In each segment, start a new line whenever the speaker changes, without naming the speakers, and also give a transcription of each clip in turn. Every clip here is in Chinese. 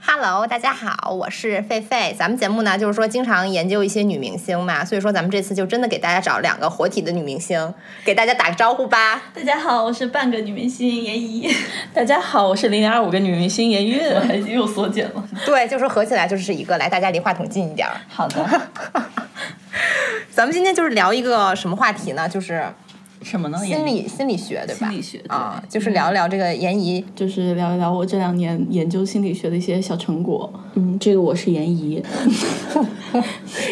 Hello，大家好，我是狒狒。咱们节目呢，就是说经常研究一些女明星嘛，所以说咱们这次就真的给大家找两个活体的女明星，给大家打个招呼吧。
大家好，我是半个女明星严怡，
大家好，我是零点二五个女明星严韵。
我还又缩减了。
对，就是合起来就是一个。来，大家离话筒近一点儿。
好的，
咱们今天就是聊一个什么话题呢？就是
什么呢？
心理嗯心理学，对吧？
心理学对
啊、就是聊一聊这个闫怡。
就是聊一聊我这两年研究心理学的一些小成果。嗯，这个我是 严怡。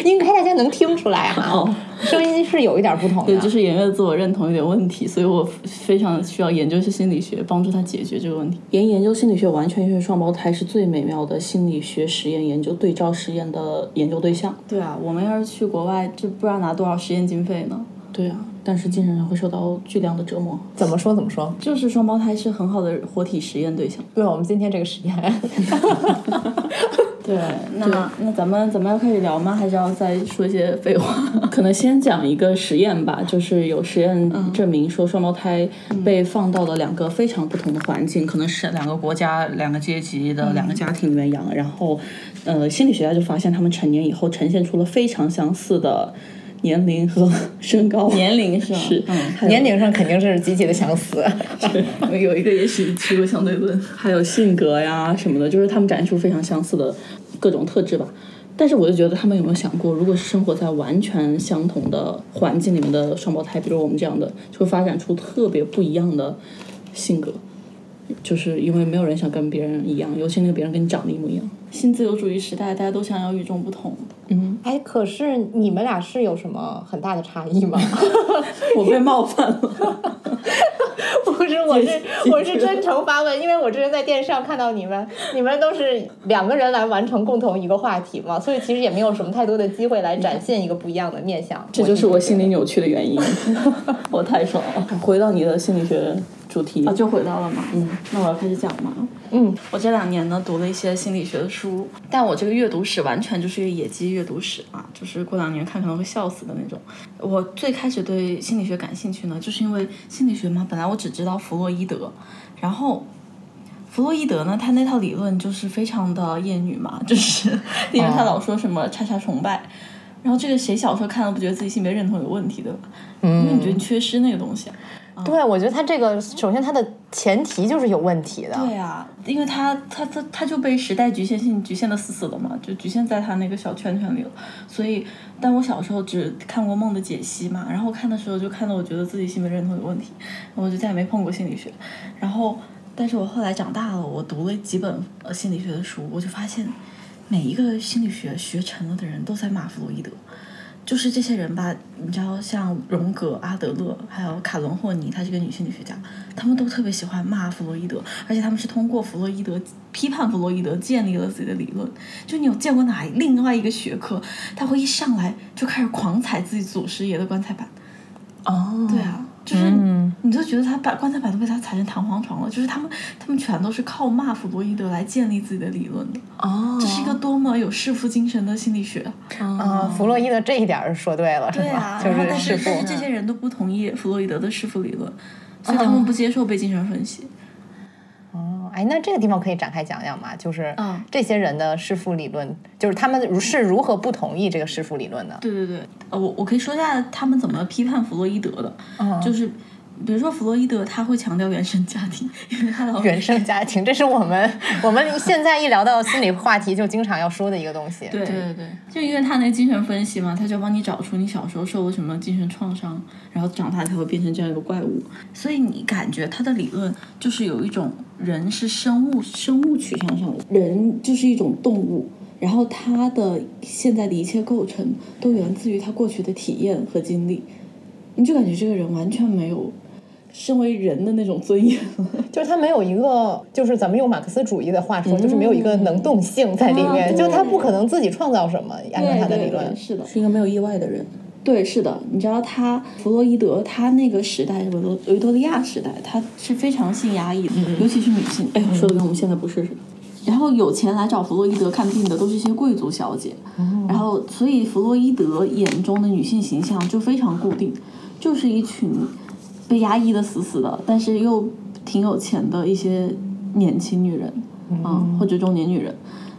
应该大家能听出来哈、啊
哦
声音是有一点不同的。
对，就是演员的自我认同有点问题，所以我非常需要研究一些心理学，帮助他解决这个问题。
研研究心理学完全是双胞胎是最美妙的心理学实验研究对照实验的研究对象。
对啊，我们要是去国外，这不知道拿多少实验经费呢。
对啊，但是精神上会受到巨量的折磨。
怎么说怎么说？
就是双胞胎是很好的活体实验对象。
对我们今天这个 实验，
对，那那咱们咱们要开始聊吗？还是要再说一些废话？
可能先讲一个实验吧，就是有实
嗯
验证明说双胞胎被放到了两个非常不同的环境，可能是两个国家、两个阶级
嗯
的两个家庭里面养，然后，呃，心理学家就发现他们成年以后呈现出了非常相似的年龄和 身高。
年龄是吧？
是，
嗯，
还有
年龄上肯定是极其的相似。
有一个也许提过相对论。
还有性格呀什么的，就是他们展现出非常相似的各种特质吧。但是我就觉得他们有没有想过，如果是生活在完全相同的环境里面的双胞胎，比如我们这样的，就会发展出特别不一样的性格，就是因为没有人想跟别人一样，尤其那个别人跟你长得一模一样。
新自由主义时代，大家都想要与众不同。
哎，可是你们俩是有什么很大的差异吗？
我被冒犯了，
不是，我是我是真诚发问，因为我之前在电视上看到你们，你们都是两个人来完成共同一个话题嘛，所以其实也没有什么太多的机会来展现一个不一样的面相。
这就是我心理扭曲的原因。
我太爽了！
回到你的心理学主题
啊，，就回到了嘛。嗯，那我要开始讲嘛。
嗯，
我这两年呢读了一些心理学的书，但我这个阅读史完全就是一个野鸡阅读史啊，就是过两年看可能会笑死的那种。我最开始对心理学感兴趣呢，就是因为心理学嘛，本来我只知道弗洛伊德，然后。弗洛伊德呢，他那套理论就是非常的厌女嘛，就是 因为他老说什么“叉叉崇拜”，然后这个谁小时候看了不觉得自己性别认同有问题，对吧？嗯，因为你觉得你缺失那个东西啊、
嗯对，我觉得他这个首先他的前提就是有问题的。
对啊，因为他他他他就被时代局限性局限的死死的嘛，就局限在他那个小圈圈里了。所以，但我小时候只看过《梦的解析》嘛，然后看的时候就看到我觉得自己性别认同有问题，我就再也没碰过心理学。然后，但是我后来长大了，我读了几本呃心理学的书，我就发现每一个心理学学成了的人都在骂弗洛伊德。就是这些人吧，你知道，像荣格、阿德勒，还有卡伦霍尼，她是个女心理学家，他们都特别喜欢骂弗洛伊德，而且他们是通过弗洛伊德批判弗洛伊德建立了自己的理论。就你有见过哪另外一个学科，他会一上来就开始狂踩自己祖师爷的棺材板？
哦，
对啊，就是你就觉得他把棺材板都被他踩成弹簧床了，就是他们他们全都是靠骂弗洛伊德来建立自己的理论的。
哦，
这是一个多么有弑父精神的心理学啊！
啊，弗洛伊德这一点儿说对了，
对
是吧？
啊，
就
然后但
弑
是
父
但是这些人都不同意弗洛伊德的弑父理论，所以他们不接受被精神分析。
哦，哎，那这个地方可以展开讲讲嘛？就是
嗯
这些人的弑父理论，就是他们如是如何不同意这个弑父理论的？
对对对，呃，我我可以说一下他们怎么批判弗洛伊德的，
嗯
就是比如说弗洛伊德他会强调原生家庭，因为他老
原生家庭，这是我们我们现在一聊到心理话题就经常要说的一个东西。
对
对对，
就因为他那精神分析嘛，他就帮你找出你小时候受了什么精神创伤，然后长大才会变成这样一个怪物。所以你感觉他的理论就是有一种人是生物
生物取向上，人就是一种动物，然后他的现在的一切构成都源自于他过去的体验和经历，你就感觉这个人完全没有身为人的那种尊严了。
就是他没有一个，就是咱们用马克思主义的话说，就是没有一个能动性在里面，就他不可能自己创造什么，按照他的理论。
是的，
是一个没有意外的人。对，是的，你知道他弗洛伊德他那个时代，维多维多利亚时代，他
是非常性压抑的，尤其是女性。哎呦，
嗯说的跟我们现在不是似的。
然后有钱来找弗洛伊德看病的都是一些贵族小姐，然后所以弗洛伊德眼中的女性形象就非常固定，就是一群被压抑的死死的，但是啊又挺有钱的一些年轻女人，嗯，或者中年女人。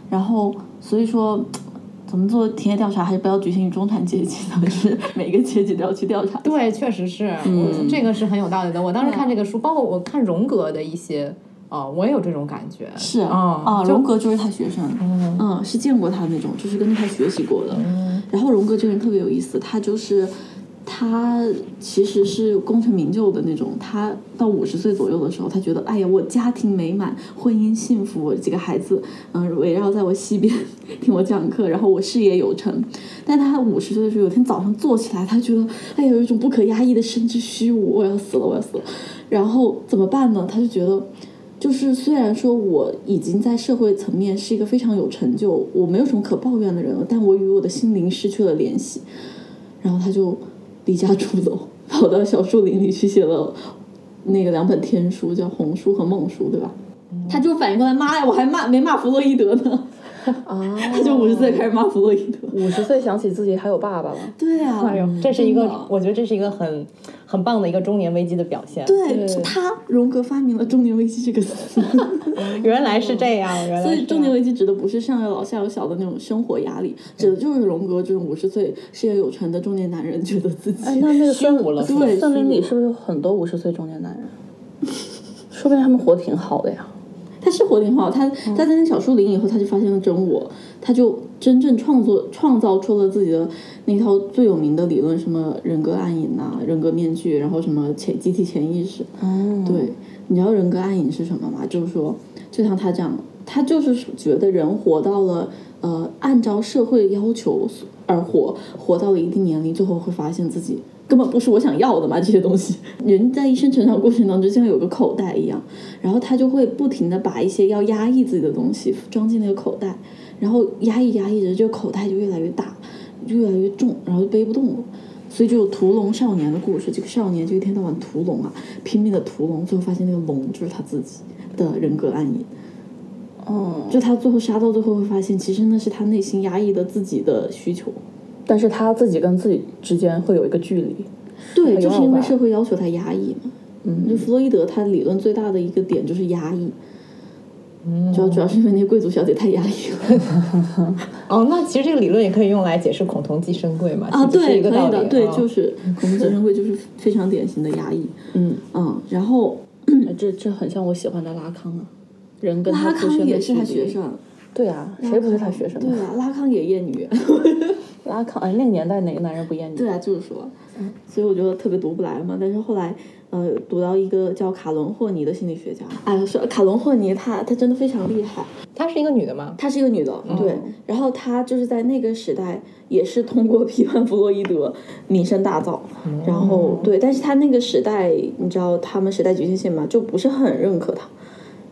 然后所以说。怎么做田野调查，还是不要局限于中产阶级，咱们是每个阶级都要去调查。
对，确实是，我这个是很有道理的。我当时看这个书，包括我看荣格的一些，哦，我也有这种感觉。
是
啊
啊，
就
荣格就是他学生，嗯，是见过他那种，就是跟他学习过的。然后荣格这个人特别有意思，他就是他其实是功成名就的那种，他到五十岁左右的时候，他觉得哎呀，我家庭美满，婚姻幸福，我几个孩子嗯围绕在我西边听我讲课，然后我事业有成。但他五十岁的时候，有天早上坐起来，他觉得哎呀，有一种不可压抑的生之虚无，我要死了，我要死了。然后怎么办呢？他就觉得。就是虽然说我已经在社会层面是一个非常有成就，我没有什么可抱怨的人了，但我与我的心灵失去了联系。然后他就离家出走，跑到小树林里去写了那个两本天书，叫《红书》和《梦书》，对吧？他就反应过来，妈呀，我还骂没骂弗洛伊德呢。他就五十岁开始骂弗洛伊德。
五十岁想起自己还有爸爸了，
对啊，
哎呦，这是一
真的
个，我觉得这是一个很很棒的一个中年危机的表现。
对他荣格发明了中年危机这个 词。
原来是这样，原来
所
是
以
这
中年
样
危机指的不是上有老下有小的那种生活压力，指的就是荣格这种五十岁事业有成的中年男人觉得自己。
哎，那那个
虚
森
无了是吧
对，森林
虚
里
无
是不是有很多五十岁中年男人？说不定他们活得挺好的呀。
他是活得挺好，他
嗯
他在那小树林以后，他就发现了真我，他就真正创作创造出了自己的那套最有名的理论，什么人格暗影呐、人格面具，然后什么潜集体潜意识。
嗯，
对，你知道人格暗影是什么吗？就是说，就像他这样，他就是觉得人活到了呃，按照社会要求而活，活到了一定年龄，最后会发现自己根本不是我想要的嘛。这些东西，人在一生成长过程当中，就像有个口袋一样，然后他就会不停的把一些要压抑自己的东西装进那个口袋，然后压抑压抑着，这个口袋就越来越大，越来越重，然后就背不动了。所以就有屠龙少年的故事，这个少年就一天到晚屠龙啊，拼命的屠龙，最后发现那个龙就是他自己的人格暗影。
嗯，
就他最后杀到最后会发现，其实那是他内心压抑的自己的需求。
但是他自己跟自己之间会有一个距离。
对，
有
就是因
吧
为社会要求他压抑嘛。嗯，就弗洛伊德他理论最大的一个点就是压抑。嗯，主要主要是因为那个贵族小姐太压抑了
哦，那其实这个理论也可以用来解释孔同即生贵嘛？
啊，
其实是
对，
一
可
个道理
以的，
啊。
对，就是孔子珍贵就是非常典型的压抑。
嗯，
嗯，然后
哎这这很像我喜欢的拉康啊，人跟
拉
他自
康
身
也
的
是
距
他
离。
学生，
对啊，谁不是他学生
对
啊？
啊，拉康也厌 女。
拉康，哎，那个年代哪个男人不厌女？
对啊，就是说，所以我觉得特别读不来嘛。但是后来，呃，读到一个叫卡伦霍尼的心理学家，哎，说卡伦霍尼她她真的非常厉害，
她是一个女的吗？
她是一个女的，对。然后她就是在那个时代，也是通过批判弗洛伊德名声大噪。然后对，但是她那个时代，你知道他们时代局限性嘛，就不是很认可她。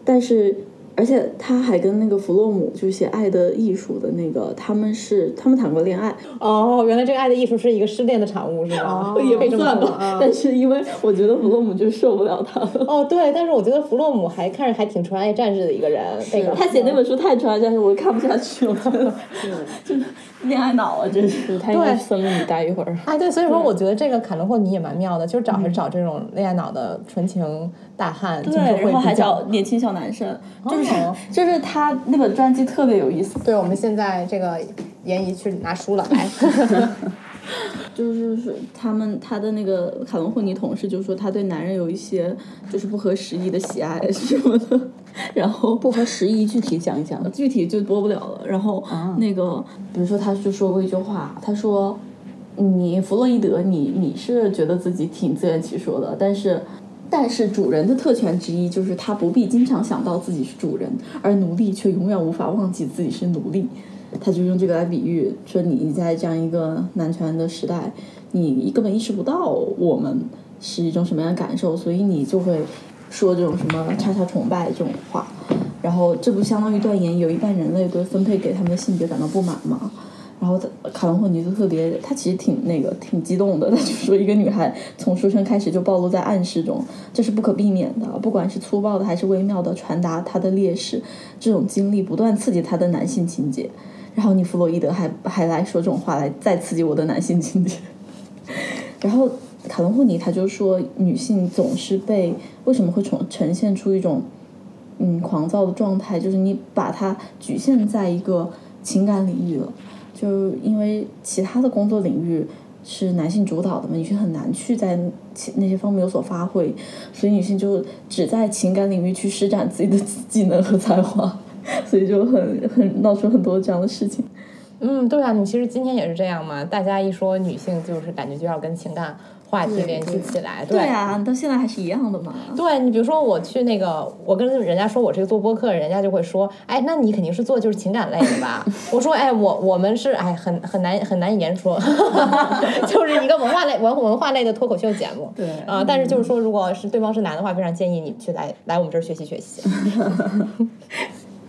但是，而且她还跟那个弗洛姆，就是写《爱的艺术》的那个，他们是他们谈过恋爱。
哦，原来这个爱的艺术是一个失恋的产物，是吗？
哦也
可以这
不
么
算
说
吧嗯
啊。，
但是因为我觉得弗洛姆就受不了他了。
哦，对，但是我觉得弗洛姆还看着还挺纯爱战士的一个人，那个
他写那本书太穿但是我看不下去，我觉得 就是恋爱脑啊，真是。
他应该
对
去森林里待一会儿。
哎，对，所以说我觉得这个卡伦霍尼也蛮妙的，就是找还
嗯
是找这种恋爱脑的纯情大汉，对，
然后还
找
找年轻小男生，就是
哦
就是他那本传记特别有意思，
对，我们现在这个严怡去拿书了， 来，
就是是他们他的那个卡伦霍尼同事就说他对男人有一些就是不合时宜的喜爱什么的，然后呃
不合时宜，具体讲一啊讲。
具体就播不了了。然后那个，比如说，他就说过一句话，他说：“你弗洛伊德，你你是觉得自己挺自圆其说的，但是，但是主人的特权之一就是他不必经常想到自己是主人，而奴隶却永远无法忘记自己是奴隶。”他就用这个来比喻，说你你在这样一个男权的时代，你根本意识不到我们是一种什么样的感受，所以你就会说这种什么叉叉崇拜这种话。然后这不相当于断言有一半人类对分配给他们的性别感到不满吗？然后他卡文霍尼就特别，他其实挺那个挺激动的，他就说一个女孩从出生开始就暴露在暗示中，这是不可避免的，不管是粗暴的还是微妙的传达她的劣势，这种经历不断刺激她的男性情节。然后你弗洛伊德还还来说这种话来再刺激我的男性情节。 然后卡伦霍尼他就说，女性总是被为什么会呈呈现出一种嗯狂躁的状态，就是你把它局限在一个情感领域了，就因为其他的工作领域是男性主导的嘛，女性很难去在其那些方面有所发挥，所以女性就只在情感领域去施展自己的技能和才华，所以就很很闹出很多这样的事情。
嗯，对啊，你其实今天也是这样嘛。大家一说女性，就是感觉就要跟情感话题联系起来，对
对啊，你到现在还是一样的嘛。
对你比如说我去那个，我跟人家说我这个做播客，人家就会说，哎，那你肯定是做就是情感类的 吧？我说，哎，我我们是哎很很难很难言 说，就是一个文化类文文化类的脱口秀节目。
对
啊、但是就是说，如果是对方是男的话，非常建议你去来来我们这儿学习学习。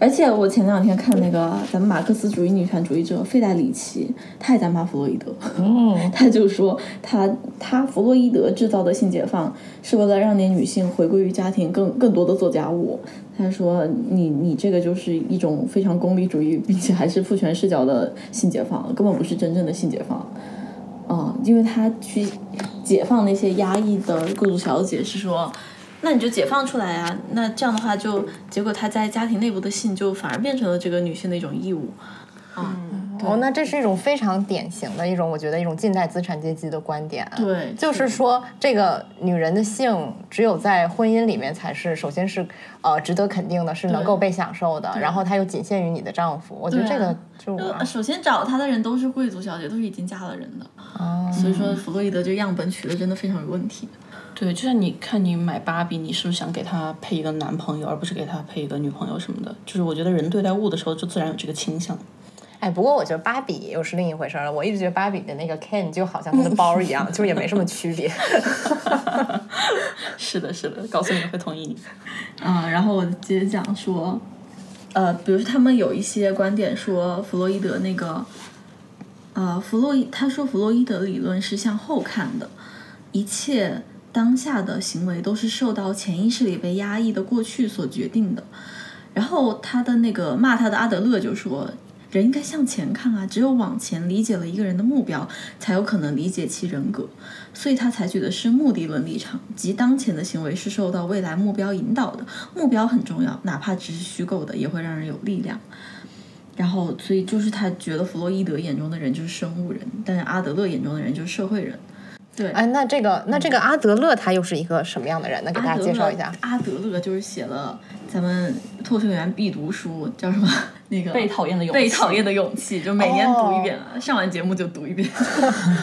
而且我前两天看那个咱们马克思主义女权主义者费代里奇，他也在骂弗洛伊德，
嗯，
他就说他他弗洛伊德制造的性解放是为了让你女性回归于家庭更，更多的做家务。他说你你这个就是一种非常功利主义，并且还是父权视角的性解放，根本不是真正的性解放。啊、因为他去解放那些压抑的雇主小姐是说，那你就解放出来啊。那这样的话就，结果她在家庭内部的性就反而变成了这个女性的一种义务。
哦，那这是一种非常典型的一种，我觉得一种近代资产阶级的观点。啊
对
就是说，这个女人的性只有在婚姻里面才是，首先是呃值得肯定的，是能够被享受的，然后它又仅限于你的丈夫。我觉得
对
这
啊
个就
就首先找她的人都是贵族小姐，都是已经嫁了人的，所以说弗洛伊德这个样本取的真的非常有问题。
对，就像你看你买芭比，你是不是想给她配一个男朋友，而不是给她配一个女朋友什么的？就是我觉得人对待物的时候，就自然有这个倾向。
哎，不过我觉得芭比又是另一回事儿了。我一直觉得芭比的那个 Ken 就好像他的包儿一样，就是也没什么区别。
是的，是的，告诉你会同意你。
啊，然后我接着讲说，呃，比如说他们有一些观点说弗洛伊德那个，呃，弗洛伊他说弗洛伊德理论是向后看的，一切当下的行为都是受到潜意识里被压抑的过去所决定的。然后他的那个骂他的阿德勒就说。人应该向前看啊，只有往前理解了一个人的目标，才有可能理解其人格。所以他采取的是目的论立场，即当前的行为是受到未来目标引导的。目标很重要，哪怕只是虚构的，也会让人有力量。然后，所以就是他觉得弗洛伊德眼中的人就是生物人，但是阿德勒眼中的人就是社会人。
哎，那这个那这个阿德勒他又是一个什么样的人呢？给大
阿
家
德
介绍
勒
一下。
阿德勒就是写了咱们脱口秀演员必读书，叫什么？ 那个
被讨厌的勇气
被讨厌的勇气，就每年读一遍啊，上完节目就读 一遍。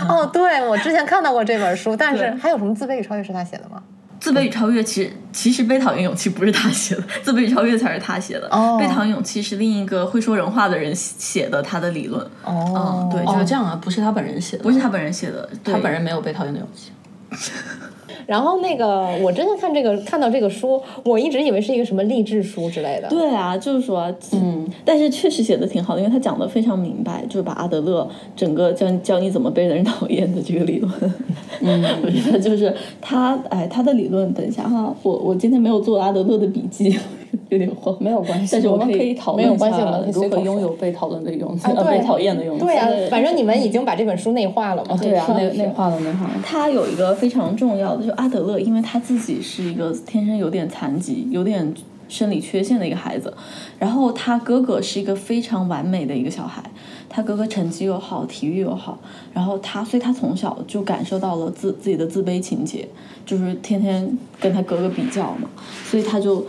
哦，对，我之前看到过这本书，但是
对
还有什么自卑与超越是他写的吗？
自卑与超越其实其实被讨厌勇气不是他写的，自卑与超越才是他写的。
哦
被讨厌勇气是另一个会说人话的人写的，他的理论
哦
嗯对
哦，这样啊，不是他本人写的，
不是他本人写的，
他
对
本人没有被讨厌的勇气。
然后那个，我之前看这个看到这个书，我一直以为是一个什么励志书之类的。
对啊，就是说，嗯，但是确实写的挺好的，因为他讲的非常明白，就是把阿德勒整个教教你怎么被人 讨厌的这个理论，嗯， 我觉得就是他，哎，他的理论，等一下哈，我我今天没有做阿德勒的笔记， 有点慌，
没有关系，
但是
我
我
们
可以
可以讨
没
论
有
一
关系我
下
们可以随
如何
口
拥
说
有被讨论的勇气，
啊
呃，
对
被讨厌的勇气。
对哦啊，
对
反正你们已经把这本书内化了嘛。
对啊，
是
内
是
内化了，内化了。
他有一个非常重要的，就是阿德勒，因为他自己是一个天生有点残疾、有点生理缺陷的一个孩子，然后他哥哥是一个非常完美的一个小孩，他哥哥成绩又好，体育又好，然后他，所以他从小就感受到了自自己的自卑情节，就是天天跟他哥哥比较嘛，所以他就。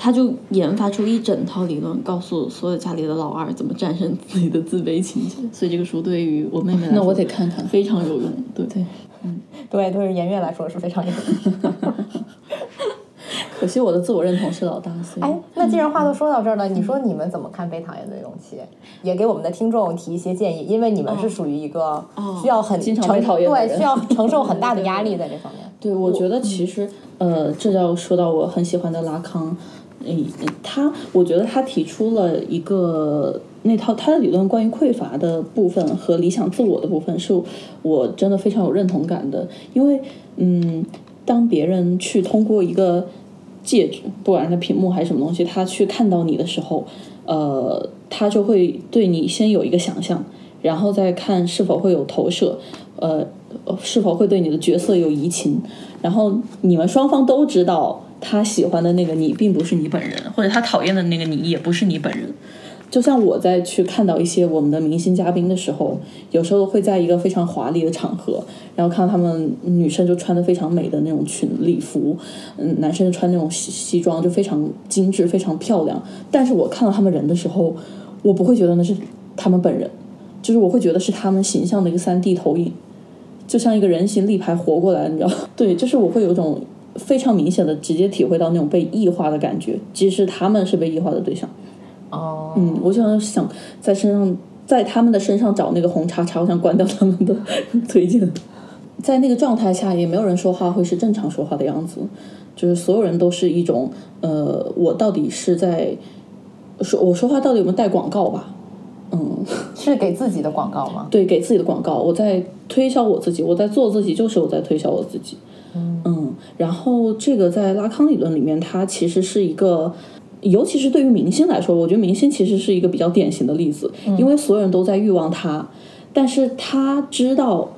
他就研发出一整套理论，告诉所有家里的老二怎么战胜自己的自卑情节。所以这个书对于我妹妹来说，
那我得看看
非常有用。对对，
对，对于颜悦来说是非常有用。
可惜我的自我认同是老大，所以、
哎， 那既然话都说到这儿了，你说你们怎么看《被讨厌的勇气》？也给我们的听众提一些建议，因为你们是属于一个需要很
经常
承
被讨厌的
对
人
需要 承受很大的压力在这方面。
对，我觉得其实呃，这要说到我很喜欢的拉康，嗯，他我觉得他提出了一个那套他的理论关于匮乏的部分和理想自我的部分，是我真的非常有认同感的，因为嗯，当别人去通过一个介质，不管是屏幕还是什么东西，他去看到你的时候，呃，他就会对你先有一个想象，然后再看是否会有投射，呃，是否会对你的角色有移情，然后你们双方都知道他喜欢的那个你并不是你本人，
或者他讨厌的那个你也不是你本人。
就像我在去看到一些我们的明星嘉宾的时候，有时候会在一个非常华丽的场合，然后看到他们女生就穿的非常美的那种裙礼服，嗯，男生就穿那种西西装，就非常精致、非常漂亮。但是我看到他们人的时候，我不会觉得那是他们本人，就是我会觉得是他们形象的一个三 D 投影，就像一个人形立牌活过来，你知道？ 对，就是我会有一种非常明显的直接体会到那种被异化的感觉，即使他们是被异化的对象。
哦，
嗯，我就想想在身上，在他们的身上找那个红叉叉，我想关掉他们的 推荐。在那个状态下，也没有人说话会是正常说话的样子，就是所有人都是一种呃，我到底是在说我说话到底有没有带广告吧？嗯，
是给自己的广告吗？
对，给自己的广告，我在推销我自己，我在做自己，就是我在推销我自己。嗯然后这个在拉康理论里面，它其实是一个，尤其是对于明星来说，我觉得明星其实是一个比较典型的例子，
嗯
因为所有人都在欲望他，但是他知道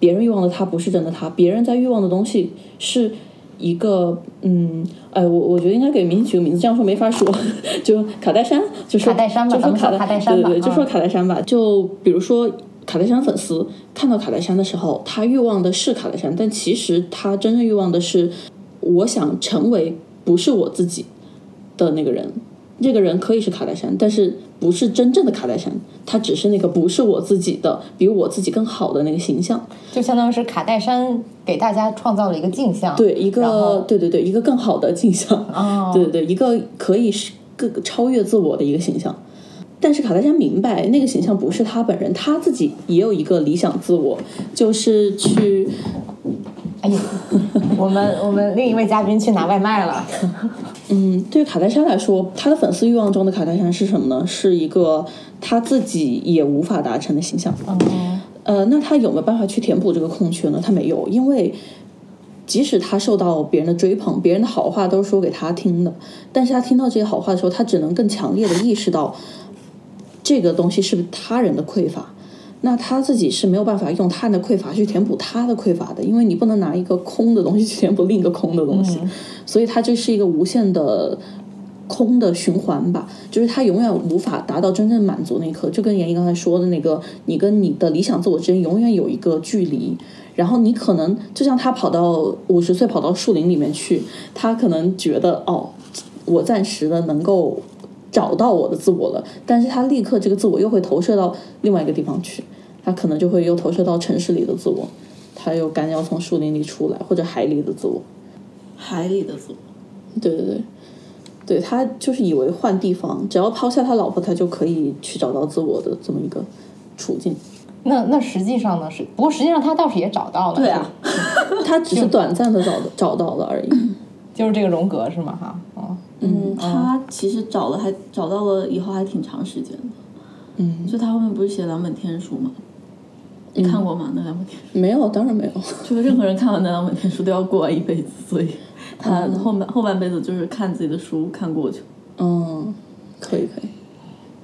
别人欲望的他不是真的他，别人在欲望的东西是。一个嗯，哎，我我觉得应该给明星取个名字，这样说没法说， 就卡戴珊，就说
卡戴珊吧
就说
咱们说
戴
卡戴珊吧
对对对，就
嗯
说卡戴珊吧。就比如说卡戴珊粉丝看到卡戴珊的时候，他欲望的是卡戴珊，但其实他真正欲望的是，我想成为不是我自己的那个人。这个人可以是卡戴珊，但是不是真正的卡戴珊，他只是那个不是我自己的，比我自己更好的那个形象。
就相当于是卡戴珊给大家创造了一个镜像，
对一
然后
个，对对对，一个更好的镜像，
哦
对对对，一个可以是更超越自我的一个形象。但是卡戴珊明白，那个形象不是他本人，他自己也有一个理想自我，就是去
哎呀， 我们我们另一位嘉宾去拿外卖了，
嗯，对于卡戴珊来说，她的粉丝欲望中的卡戴珊是什么呢？是一个她自己也无法达成的形象。呃，那她有没有办法去填补这个空缺呢？她没有，因为即使她受到别人的追捧，别人的好话都是说给她听的，但是她听到这些好话的时候，她只能更强烈的意识到这个东西是他人的匮乏。那她自己是没有办法用他人的匮乏去填补她的匮乏的，因为你不能拿一个空的东西去填补另一个空的东西。所以它这是一个无限的空的循环吧，就是它永远无法达到真正满足那一刻。就跟严一刚才说的那个，你跟你的理想自我之间永远有一个距离。然后你可能就像他跑到五十岁跑到树林里面去，他可能觉得哦，我暂时的能够找到我的自我了，但是他立刻这个自我又会投射到另外一个地方去，他可能就会又投射到城市里的自我，他又赶紧要从树林里出来，或者海里的自我。
海里的自我，
对对对，对他就是以为换地方，只要抛下他老婆，他就可以去找到自我的这么一个处境。
那那实际上呢是，不过实际上他倒是也找到了，对
啊，他只是短暂的找到找到了而 已。
就是这个荣格是吗？哈，哦，
嗯，他其实找了还找到了以后还挺长时间的，
嗯，
就他后面不是写两本天书吗？你看过吗？那两本天书？
没有，当然没有。
就是任何人看完那两本天书都要过完一辈子，所以他后半后半辈子就是看自己的书看过去。
嗯，可以可以，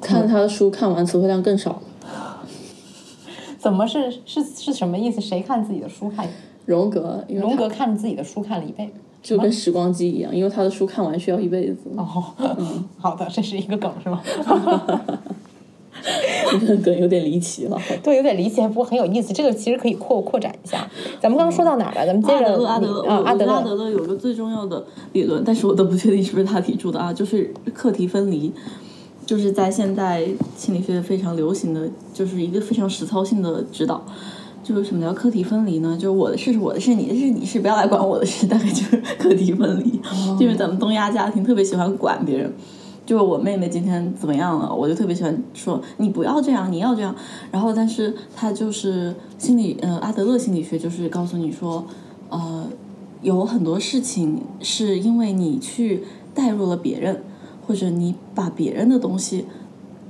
看他的书看完词汇量更少了。
怎么是是是什么意思？谁看自己的书看？
荣格，因为他
荣格看着自己的书看了一辈子。
就跟时光机一样，因为他的书看完需要一辈子。
哦， 好的，这是一个梗是吗？
这个梗有点离奇了。
对，有点离奇，还不过很有意思。这个其实可以扩扩展一下。咱们刚刚说到哪儿了？咱们接
阿
着
德勒，阿德勒，
你啊，
我
阿
觉
德
得阿
勒
德勒有个最重要的理论，但是我都不确定是不是他提出的啊，就是课题分离，就是在现代心理学非常流行的，就是一个非常实操性的指导。就是什么叫课题分离呢？就是我的事是我的事，你的事你是不要来管我的事，大概就是 课题分离。就是咱们东亚家庭特别喜欢管别人，就是我妹妹今天怎么样了，我就特别喜欢说你不要这样，你要这样。然后，但是他就是心理，呃，阿德勒心理学就是告诉你说，呃，有很多事情是因为你去带入了别人，或者你把别人的东西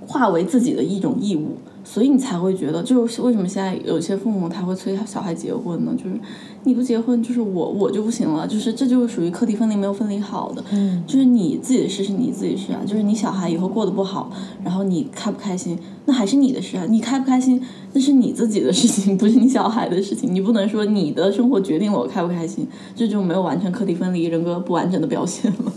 化为自己的一种义务，所以你才会觉得，就是为什么现在有些父母他会催小孩结婚呢？就是你不结婚，就是我我就不行了，就是这就是属于课题分离没有分离好的，嗯，就是你自己的事是你自己的事啊，就是你小孩以后过得不好，然后你开不开心，那还是你的事啊，你开不开心那是你自己的事情，不是你小孩的事情，你不能说你的生活决定了我开不开心，这就没有完全课题分离人格不完整的表现了，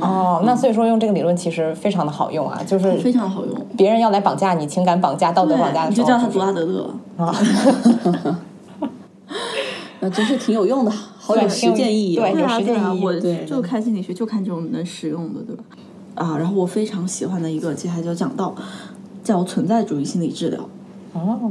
哦，那所以说用这个理论其实非常的好用啊，就是
非常好用，
别人要来绑架你，情感绑架、道德绑架的
对，你
时
就
候，
叫他
是
布拉德勒。
那啊真是挺有用的，好有
对
实践意义哦。
对
对啊，
有实
对啊，
践意义
我
对
就看心理学，就看这种能实用的，对吧？啊，然后我非常喜欢的一个，接下来就要讲到叫存在主义心理治疗。
哦，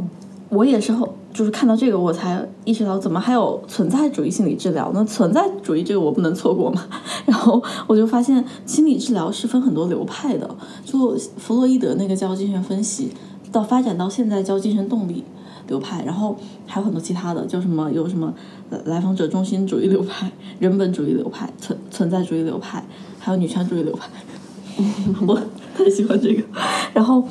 我也是后就是看到这个，我才意识到怎么还有存在主义心理治疗呢？存在主义这个我不能错过嘛。 然后我就发现心理治疗是分很多流派的，就弗洛伊德那个叫精神分析，到发展到现在叫精神动力流派，然后还有很多其他的，叫什么有什么呃来访者中心主义流派、 人本主义流派、存存在主义流派，还有女权主义流派。 我太喜欢这个，然后。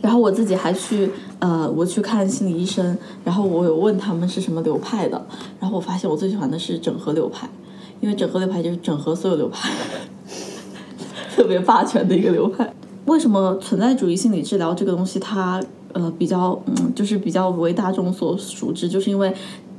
然后我自己还去呃，我去看心理医生，然后我有问他们是什么流派的，然后我发现我最喜欢的是整合流派，因为整合流派就是整合所有流派， 特别霸权的一个流派。为什么存在主义心理治疗这个东西它呃比较嗯就是比较为大众所熟知，就是因为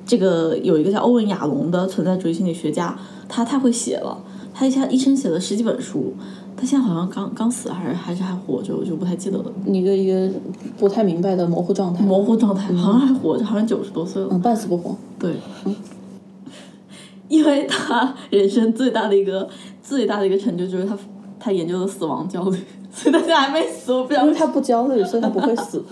这个有一个叫欧文亚龙的存在主义心理学家，他太会写了，他一下一生写了十几本书。他现在好像刚刚死，还是还是还活着，我就不太记得了。
一个一个不太明白的模糊状态，
模糊状态，好像还活着，好像九十多岁了。
嗯，半死不活。
对，因为他人生最大的一个最大的一个成就就是他他研究了死亡焦虑，所以他现在还没死，我不想
因为他不焦虑，所以他不会死。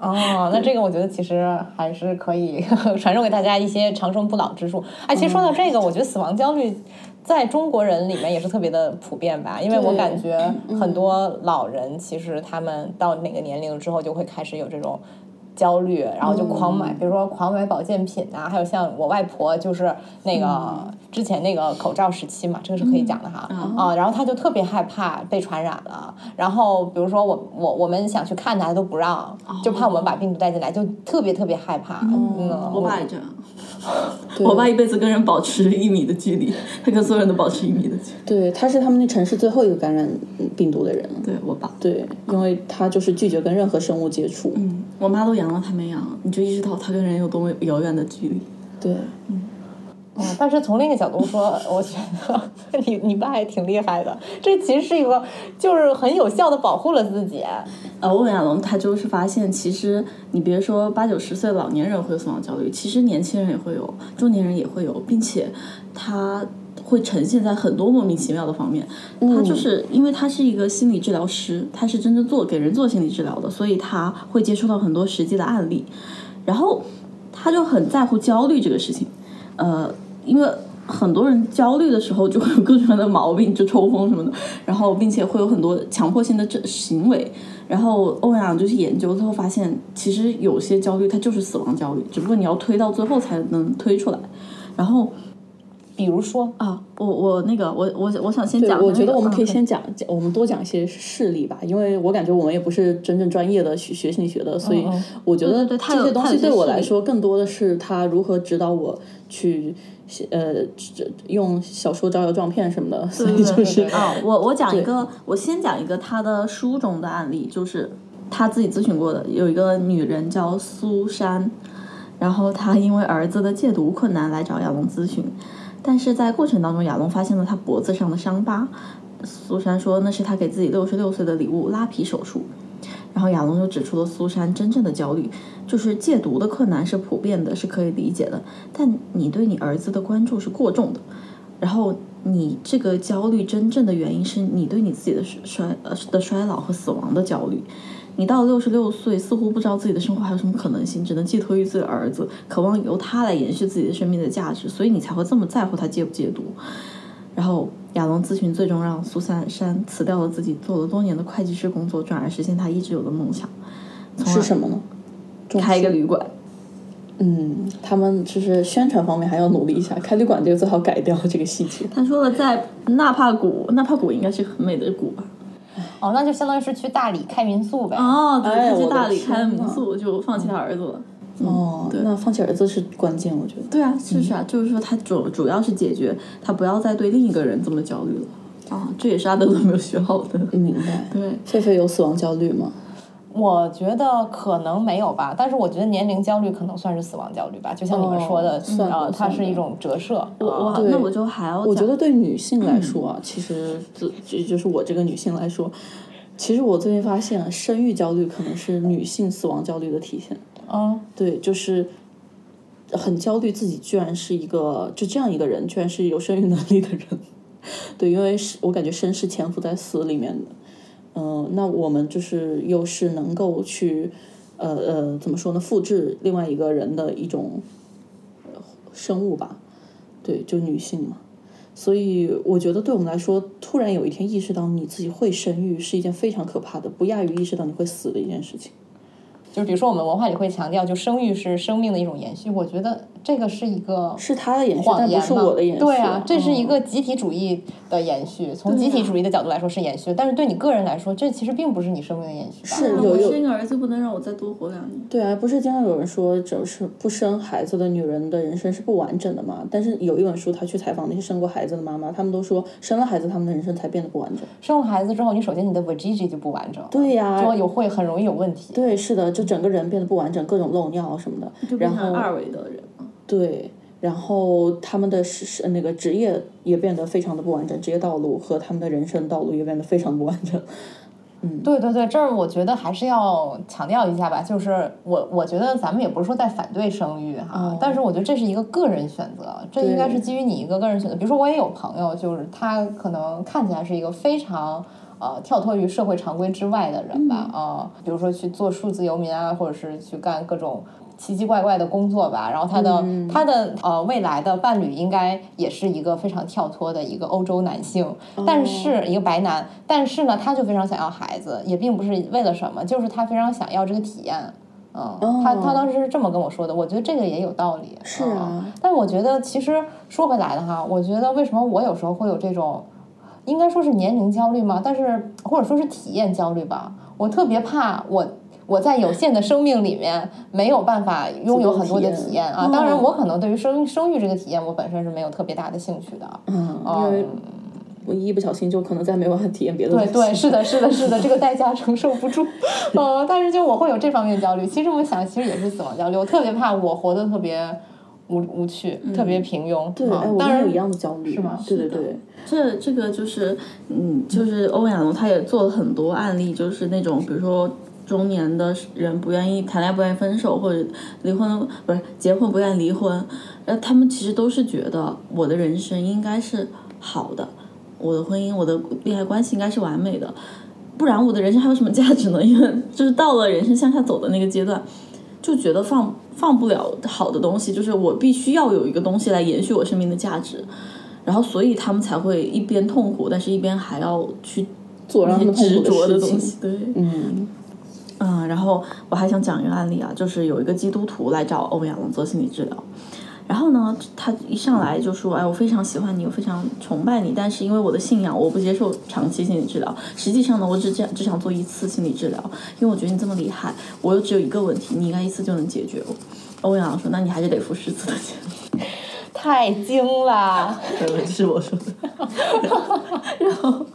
哦，那这个我觉得其实还是可以 传授给大家一些长生不老之术。哎，其实说到这个，我觉得死亡焦虑在中国人里面也是特别的普遍吧，因为我
对
感觉很多老人其实他们到哪个年龄之后就会开始有这种。焦虑，然后就狂买，比如说狂买保健品啊，还有像我外婆就是那个之前那个口罩时期嘛，这个是可以讲的哈嗯啊，然后她就特别害怕被传染了，然后比如说我我我们想去看她，她都不让，就怕我们把病毒带进来，就特别特别害怕。哦嗯，
我爸也这样，我爸一辈子跟人保持一米的距离，他跟所有人都保持一米的距离。
对，他是他们那城市最后一个感染病毒的人。
对我爸，
对，因为他就是拒绝跟任何生物接触。
嗯，我妈都阳了，他没阳，你就意识到他跟人有多么遥远的距离。
对，
嗯但是从另一个角度说，我觉得 你你爸也挺厉害的，这其实是一个就是很有效的保护了自己。
呃，欧文亚龙他就是发现，其实你别说八九十岁的老年人会有死亡焦虑，其实年轻人也会有，中年人也会有，并且他会呈现在很多莫名其妙的方面。他就是因为他是一个心理治疗师，他是真正做给人做心理治疗的，所以他会接触到很多实际的案例，然后他就很在乎焦虑这个事情。呃，因为很多人焦虑的时候就会有各种各样的毛病，就抽风什么的，然后并且会有很多强迫性的这行为。然后欧阳就去研究，最后发现其实有些焦虑它就是死亡焦虑，只不过你要推到最后才能推出来。然后
比如说，
啊，我我那个我我我想先
对
讲那个、
我觉得我们
啊
可以先讲，讲我们多讲一些事例吧，因为我感觉我们也不是真正专业的学学心理学的，所以
嗯
我觉得
哦对对他
这
有
些东
他有
西
一些
对我
事
来
例
说更多的是他如何指导我去呃这用小说招摇撞骗什么的，所以
对
就
对
是
对对
啊，我我讲一个，我先讲一个他的书中的案例，就是他自己咨询过的，有一个女人叫苏珊，然后她因为儿子的戒毒困难来找亚龙咨询，但是在过程当中，亚龙发现了他脖子上的伤疤，苏珊说那是他给自己六十六岁的礼物——拉皮手术。然后亚龙就指出了苏珊真正的焦虑，就是戒毒的困难是普遍的，是可以理解的，但你对你儿子的关注是过重的，然后你这个焦虑真正的原因是你对你自己的衰衰呃的衰老和死亡的焦虑。你到六十六岁，似乎不知道自己的生活还有什么可能性，只能寄托于自己的儿子，渴望由他来延续自己的生命的价值，所以你才会这么在乎他戒不戒毒。然后亚龙咨询最终让苏珊珊辞掉了自己做了多年的会计师工作，转而实现她一直有的梦想，从而
是什么呢？
开一个旅馆。
嗯，他们就是宣传方面还要努力一下，开旅馆这个最好改掉这个细节。
他说了，在纳帕谷，纳帕谷应该是很美的谷吧？
哦，那就相当于是去大理开民宿呗。
哦，对，
哎
他去
我的
大理
天
开了民
呐
宿，就放弃他儿子了。
哦，那放弃儿子是关键，我觉得。
对啊，是
嗯
是啊，就是说他主主要是解决他不要再对另一个人这么焦虑了啊，这也是阿德勒没有学好的。
明白。
对，
狒狒有死亡焦虑吗？
我觉得可能没有吧，但是我觉得年龄焦虑可能算是死亡焦虑吧，就像你们说的，
哦算吧
呃，它
算吧
是一种折射。
我我
啊
那我就还要
我觉
讲
得对女性来说啊，其实这这就是我这个女性来说，其实我最近发现啊，生育焦虑可能是女性死亡焦虑的体现。
嗯，
对，就是很焦虑，自己居然是一个就这样一个人，居然是有生育能力的人。 对，因为是我感觉生是潜伏在死里面的。嗯、那我们就是又是能够去，呃呃，怎么说呢？复制另外一个人的一种呃生物吧，对，就女性嘛。所以我觉得，对我们来说，突然有一天意识到你自己会生育是一件非常可怕的，不亚于意识到你会死的一件事情。
就是比如说我们文化里会强调，就生育是生命的一种延续，我觉得这个是一个
是他的延续，
谎
但
言
不
嘛
是我的延续。
对啊，这是
嗯
一个集体主义的延续。从集
啊
体主义的角度来说是延续，但是对你个人来说，这其实并不是你生命的延续吧？
是有
我
有
生一个儿子不能让我再多活两年。
对啊，不是经常有人说，只要是不生孩子的女人的人生是不完整的嘛？但是有一本书，他去采访那些生过孩子的妈妈，她们都说，生了孩子，她们的人生才变得不完整。
生了孩子之后，你首先你的 virginity 就不完整，
对呀、
之后有会很容易有问题。
对，是的，就整个人变得不完整，各种漏尿什么的。
就变
然
成
后
二维的人了。
对，然后他们的是是那个职业也变得非常的不完整，职业道路和他们的人生道路也变得非常不完整。
对对对，这儿我觉得还是要强调一下吧，就是我我觉得咱们也不是说在反对生育哈、但是我觉得这是一个个人选择，这应该是基于你一个个人选择。比如说我也有朋友，就是他可能看起来是一个非常。呃，跳脱于社会常规之外的人吧，啊、比如说去做数字游民啊，或者是去干各种奇奇怪怪的工作吧。然后他的、他的呃未来的伴侣应该也是一个非常跳脱的一个欧洲男性，但是一个白男，但是呢，他就非常想要孩子，也并不是为了什么，就是他非常想要这个体验。嗯，他他当时是这么跟我说的，我觉得这个也有道理。是
啊
但我觉得其实说回来的哈，我觉得为什么我有时候会有这种，应该说是年龄焦虑嘛，但是或者说是体验焦虑吧，我特别怕我。我在有限的生命里面没有办法拥有很多的
自由
体
体
验
验哦
啊！当然，我可能对于生生育这个体验，我本身是没有特别大的兴趣的。啊
嗯，因为我一不小心就可能再没办法体验别的东
对
西。
对，是的，是的，是的，这个代价承受不 住。呃，但是就我会有这方面焦虑。其实我想，其实也是死亡焦虑。我特别怕我活得特别无无趣，特别平庸。对
对，哎，我
当
们
然
有一样的焦虑，是吗？对对对。
这这个就是，嗯，就是欧阳龙他也做了很多案例，就是那种比如说中年的人不愿意谈恋爱，不愿意分手，或者离婚不是结婚不愿意离婚，呃，他们其实都是觉得我的人生应该是好的，我的婚姻、我的恋爱关系应该是完美的，不然我的人生还有什么价值呢？因 为就是到了人生向下走的那个阶段，就觉得放放不了好的东西，就是我必须要有一个东西来延续我生命的价值。然后，所以他们才会一边痛苦，但是一边还要去
做让他们痛
执
苦
着的
的事
东
情
西。对，
嗯，
嗯，然后我还想讲一个案例啊，就是有一个基督徒来找欧阳龙做心理治疗，然后呢，他一上来就说：“哎，我非常喜欢你，我非常崇拜你，但是因为我的信仰，我不接受长期心理治疗。实际上呢，我只这只想做一次心理治疗，因为我觉得你这么厉害，我又只有一个问题，你应该一次就能解决我。”欧阳龙说：“那你还是得付十次的钱。”
太精了。
对，这是我说的。然后，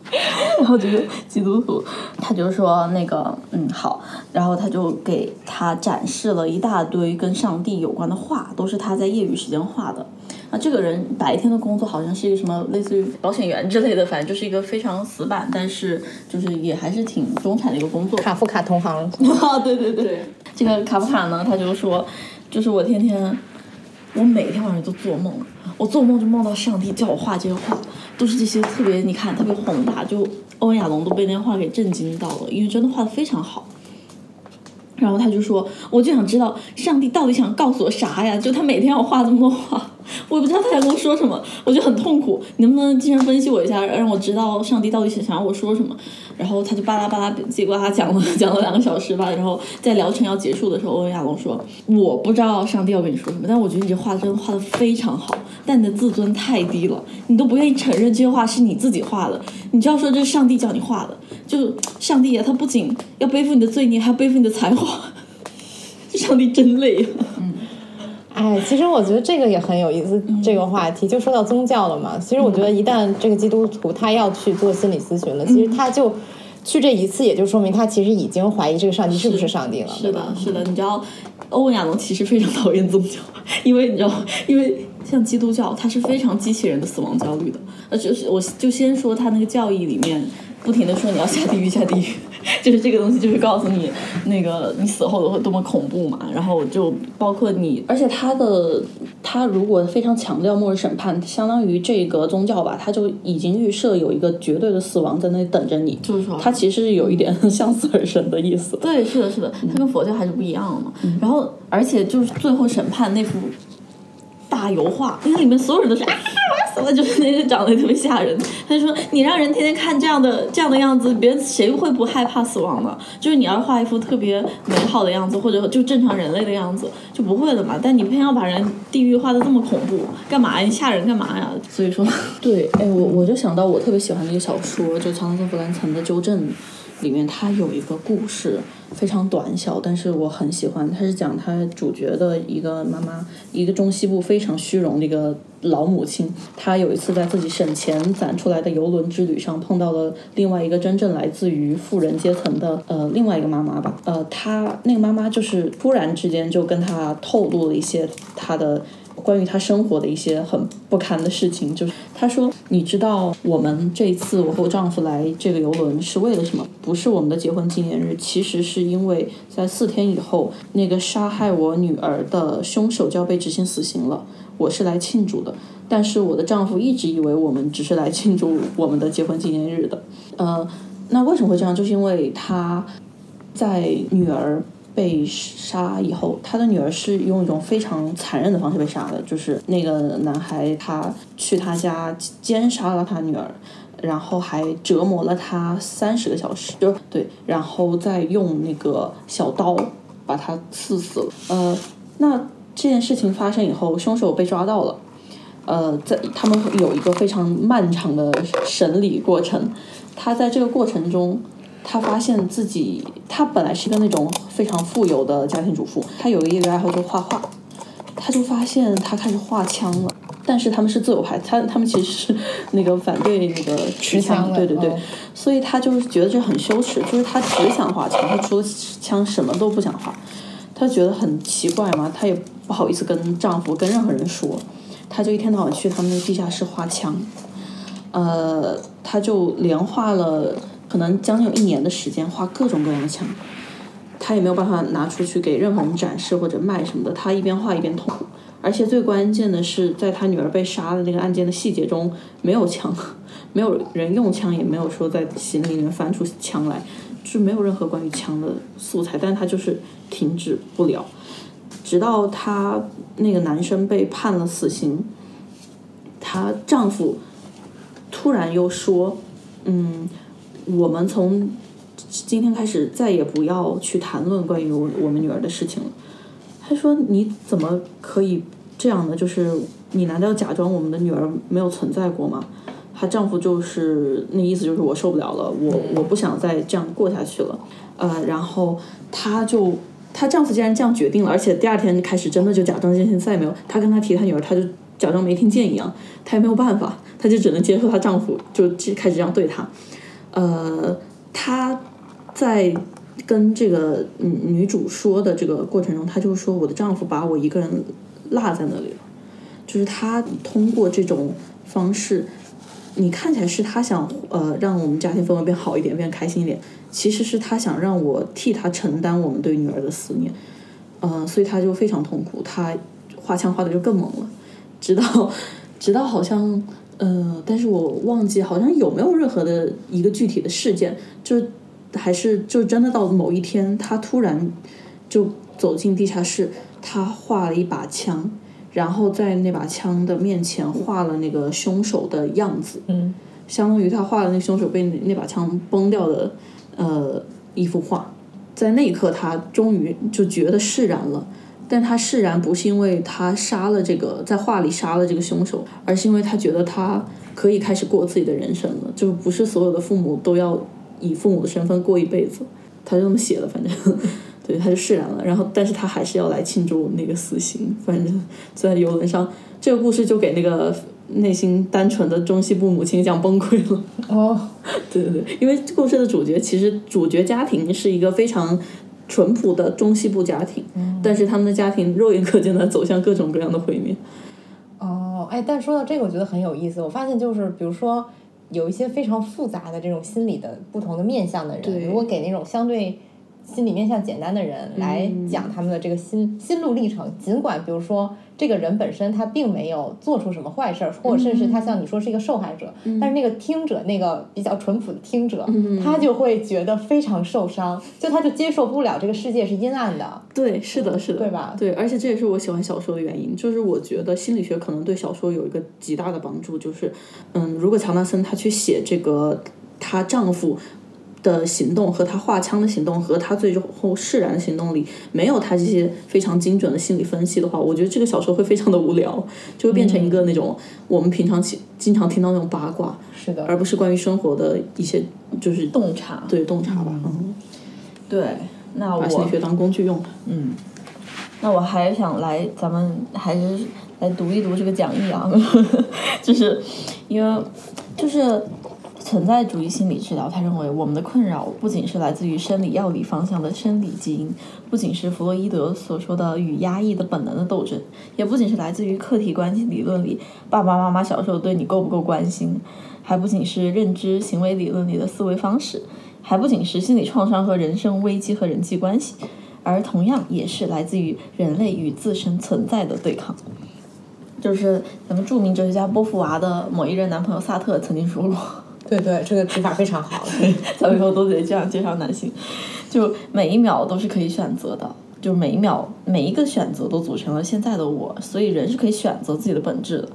然后这个基督徒他就说那个嗯好，然后他就给他展示了一大堆跟上帝有关的画，都是他在业余时间画的。那这个人白天的工作好像是一个什么类似于保险员之类的，反正就是一个非常死板，但是就是也还是挺中产的一个工作。
卡夫卡同 行，
啊，对对对，这个卡夫卡呢，他就说，就是我天天，我每天晚上都做梦，我做梦就梦到上帝叫我画这些画，都是这些特别你看特别宏大，就欧文亚龙都被那些画给震惊到了，因为真的画的非常好。然后他就说，我就想知道上帝到底想告诉我啥呀？就他每天要画这么多画， 我也不知道他想跟我说什么，我就很痛苦。你能不能精神分析我一下，让我知道上帝到底想想让我说什么？然后他就巴拉巴拉叽里呱啦讲了 讲了两个小时吧。然后在疗程要结束的时候，欧文亚龙说：“我不知道上帝要跟你说什么，但我觉得你这画真的画的非常好，但你的自尊太低了，你都不愿意承认这些画是你自己画的，你就要说这是上帝叫你画的，就上帝啊，他不仅要背负你的罪孽，还要背负你的才华， 上帝真累啊！
哎，其实我觉得这个也很有意思，
嗯
这个话题就说到宗教了嘛。其实我觉得，一旦这个基督徒他要去做心理咨询了，
嗯
其实他就去这一次，也就说明他其实已经怀疑这个上帝是不是上帝了，对
是
吧？嗯
的，是的，你知道，欧文亚龙其实非常讨厌宗教， 因为你知道，因为像基督教，它是非常激起人的死亡焦虑的。呃，就是我就先说他那个教义里面，不停的说你要下地狱，下地狱， 就是这个东西，就是告诉你那个你死后会多么恐怖嘛。然后就包括你
而且他的他如果非常强调末日审判，相当于这个宗教吧，他就已经预设有一个绝对的死亡在那里等着你。
就是说，
他其实是有一点向死而生的意思。
对，是的，是的，它跟佛教还是不一样的嘛。然后，而且就是最后审判那幅大油画，因为里面所有人都是啊，我要死了，就是那个长得也特别吓人。他就说，你让人天天看这样的这样的样子，别人谁会不害怕死亡呢？就是你要画一幅特别美好的样子，或者就正常人类的样子，就不会了嘛。但你偏要把人地狱画的这么恐怖，干嘛呀？你吓人干嘛呀？所以说，
对，哎，我我就想到我特别喜欢的一个小说，就《强森·弗兰岑的纠正》里面，它有一个故事，非常短小，但是我很喜欢。它是讲它主角的一个妈妈，一个中西部非常虚荣的一个老母亲，她有一次在自己省钱攒出来的游轮之旅上，碰到了另外一个真正来自于富人阶层的呃另外一个妈妈吧。呃，她那个妈妈就是突然之间就跟她透露了一些她的。关于她生活的一些很不堪的事情，就是她说：“你知道我们这一次我和我丈夫来这个游轮是为了什么？不是我们的结婚纪念日，其实是因为在四天以后，那个杀害我女儿的凶手就要被执行死刑了。我是来庆祝的，但是我的丈夫一直以为我们只是来庆祝我们的结婚纪念日的。呃，那为什么会这样？就是因为他在女儿被杀以后，他的女儿是用一种非常残忍的方式被杀的，就是那个男孩他去他家奸杀了他女儿。然后还折磨了他三十个小时，就对，然后再用那个小刀把他刺死了。呃，那这件事情发生以后，凶手被抓到了。呃，在他们有一个非常漫长的审理过程。他在这个过程中，他发现自己，他本来是一个那种非常富有的家庭主妇，他有一个业余爱好就是画画，他就发现他开始画枪了。但是他们是自由派，他他们其实是那个反对那个持枪，哦对对对，
嗯
所以他就是觉得这很羞耻，就是他只想画枪，他除了枪什么都不想画，他觉得很奇怪嘛，他也不好意思跟丈夫跟任何人说，他就一天到晚去他们那个地下室画枪，呃，他就连画了可能将近有一年的时间，画各种各样的枪，他也没有办法拿出去给任何人展示或者卖什么的，他一边画一边痛，而且最关键的是，在他女儿被杀的那个案件的细节中，没有枪， 没有人用枪，也没有说在行李里面翻出枪来，就没有任何关于枪的素材，但他就是停止不了，直到他那个男生被判了死刑，她丈夫突然又说，嗯，我们从今天开始再也不要去谈论关于我我们女儿的事情了。他说：“你怎么可以这样呢？就是你难道假装我们的女儿没有存在过吗？”她丈夫就是那意思，就是我受不了了，我我不想再这样过下去了。呃，然后她就她丈夫既然这样决定了，而且第二天开始真的就假装这件事情再也没有，她跟她提她女儿，她就假装没听见一样，她也没有办法，她就只能接受她丈夫就开始这样对她。呃，她在跟这个嗯女主说的这个过程中，她就说我的丈夫把我一个人落在那里了，就是她通过这种方式，你看起来是她想呃让我们家庭氛围变好一点，变开心一点，其实是她想让我替她承担我们对女儿的思念，呃，所以她就非常痛苦，她画枪画的就更猛了，直到直到好像。呃，但是我忘记好像有没有任何的一个具体的事件，就还是就真的到某一天，他突然就走进地下室，他画了一把枪，然后在那把枪的面前画了那个凶手的样子，
嗯，
相当于他画了那个凶手被那那把枪崩掉的呃一幅画，在那一刻他终于就觉得释然了，
但他释然不是因为他杀了这个在画里杀了这个凶手，而是因为他觉得他可以开始过自己的人生了，就不是所有的父母都要以父母的身份过一辈子。他就这么写了，反正 对，他就释然了。然后，但是他还是要来庆祝那个死刑。反正在游轮上，这个故事就给那个内心单纯的中西部母亲讲崩溃了。
哦，
对对对，因为这故事的主角其实主角家庭是一个非常淳朴的中西部家庭，但是他们的家庭肉眼可见的走向各种各样的毁灭。
哦，哎，但说到这个，我觉得很有意思。我发现就是，比如说有一些非常复杂的这种心理的不同的面向的人，
对嗯
如果给那种相对心理面向简单的人来讲他们的这个心、心路历程，尽管比如说这个人本身他并没有做出什么坏事儿，或者甚
嗯
至他像你说是一个受害者，但是那个听者，那个比较淳朴的听者，
嗯
他就会觉得非常受伤，就他就接受不了这个世界是阴暗的。
对，是的，是的，
对吧
对，而且这也是我喜欢小说的原因，就是我觉得心理学可能对小说有一个极大的帮助，就是，嗯，如果乔纳森他去写这个她丈夫的行动和她画枪的行动和她最后释然的行动里，没有他这些非常精准的心理分析的话，我觉得这个小说会非常的无聊，就会变成一个那种我们平常其经常听到那种八卦，
是的，
而不是关于生活的一些就是
洞察。
对洞察吧，嗯，
对，那我
把心理学当工具用。
那我还想来，咱们还是来读一读这个讲义 啊，就是因为就是存在主义心理治疗，他认为我们的困扰不仅是来自于生理药理方向的生理基因，不仅是弗洛伊德所说的与压抑的本能的斗争，也不仅是来自于客体关系理论里爸爸妈妈小时候对你够不够关心，还不仅是认知行为理论里的思维方式，还不仅是心理创伤和人生危机和人际关系。而同样也是来自于人类与自身存在的对抗。就是咱们著名哲学家波伏娃的某一任男朋友萨特曾经说过，
对对，这个指法非常好。
咱们以后都得这样介绍男性，就每一秒都是可以选择的，就每一秒每一个选择都组成了现在的我，所以人是可以选择自己的本质的。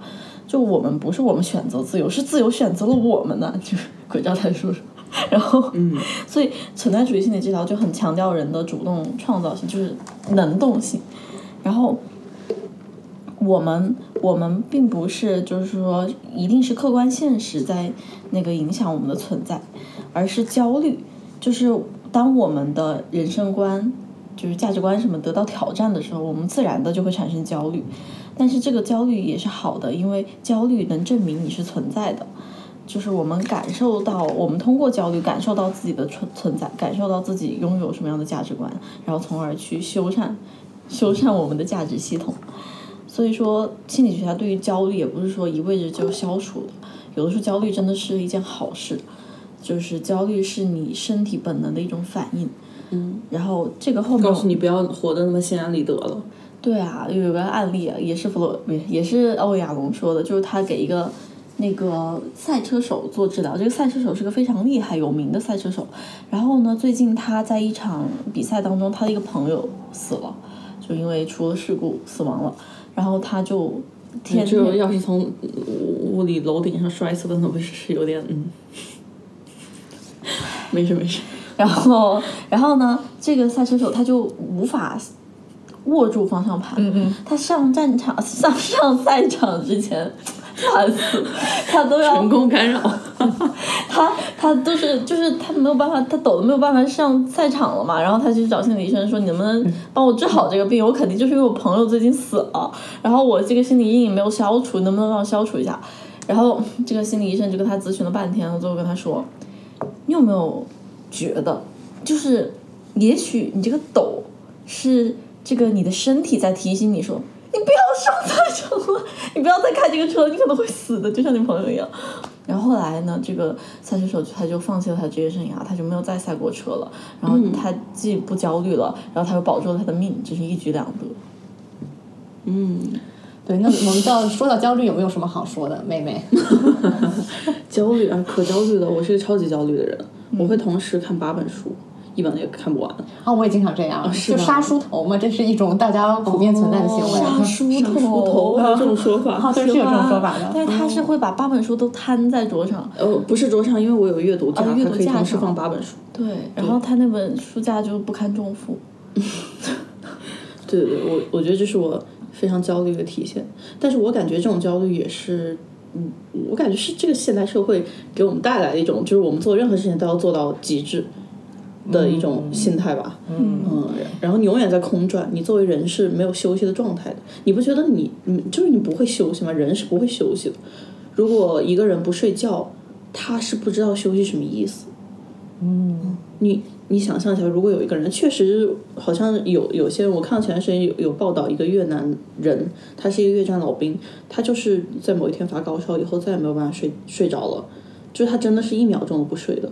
就我们不是我们选择自由，是自由选择了我们呢、就是鬼照他说说。 然后，嗯， 所以存在主义心理治疗就很强调人的主动创造性，就是能动性。然后，我们我们并不是就是说一定是客观现实在那个影响我们的存在，而是焦虑，就是当我们的人生观、就是价值观什么得到挑战的时候，我们自然的就会产生焦虑。但是这个焦虑也是好的，因为焦虑能证明你是存在的，就是我们感受到，我们通过焦虑感受到自己的存存在，感受到自己拥有什么样的价值观，然后从而去修缮修缮我们的价值系统。所以说，心理学家对于焦虑也不是说一味着就消除的，有的时候焦虑真的是一件好事。就是焦虑是你身体本能的一种反应。嗯，然后这个后面
告诉你不要活得那么心安理得了。
对啊，有个案例啊，也是弗洛，不是也是欧亚龙说的，就是他给一个那个赛车手做治疗。这个赛车手是个非常厉害、有名的赛车手。然后呢，最近他在一场比赛当中，他的一个朋友死了，就因为出了事故死亡了。然后他就天
这个
天
嗯要是从屋屋里楼顶上摔死的，那不是是有点嗯，没事没事，
然后，然后呢，这个赛车手他就无法握住方向盘。
嗯
他上战场、上上赛场之前， 惨死，他都要
人工干扰。
他他都是就是他没有办法，他抖的没有办法上赛场了嘛，然后他去找心理医生说，你能不能帮我治好这个病？我肯定就是因为我朋友最近死了，然后我这个心理阴影没有消除，能不能帮我消除一下？然后这个心理医生就跟他咨询了半天，最后跟他说，你有没有觉得，就是也许你这个抖是这个你的身体在提醒你说。你不要上赛场了，你不要再开这个车，你可能会死的，就像你朋友一样。然后后来呢，这个赛车手就他就放弃了他职业生涯，他就没有再赛过车了。然后
嗯
他既不焦虑了，然后他又保住了他的命，这是一举两得。
嗯，
对，那我们到说到焦虑，有没有什么好说的，妹妹？
焦虑啊，可焦虑了。我是个超级焦虑的人，我会同时看八本书，一本也看不完。
啊，我也经常这样，
是
就
吧
杀猪头嘛，这是一种大家普遍存在的行为。
杀猪
哦上梳头啊
头
这种说 法。
对，是有这种说法的。
但是他是会把八本书都摊在桌上，
呃，不是桌上，因为我有阅读架，
哦阅
它
读
可以
架
同时
上
放八本书。
对，然后他那本书架就不堪重负。
对对，对，我我觉得这是我非常焦虑的体现。但是我感觉这种焦虑也是，嗯，我感觉是这个现代社会给我们带来的一种，就是我们做任何事情都要做到极致的一种心态吧。嗯然后你永远在空转，你作为人是没有休息的状态的。你不觉得你，嗯，就是你不会休息吗？人是不会休息的。如果一个人不睡觉，他是不知道休息什么意思。你你想象一下，如果有一个人确实好像有有些人，我看到前段时间有有报道一个越南人，他是一个越战老兵，他就是在某一天发高烧以后再也没有办法睡睡着了，就是他真的是一秒钟都不睡的，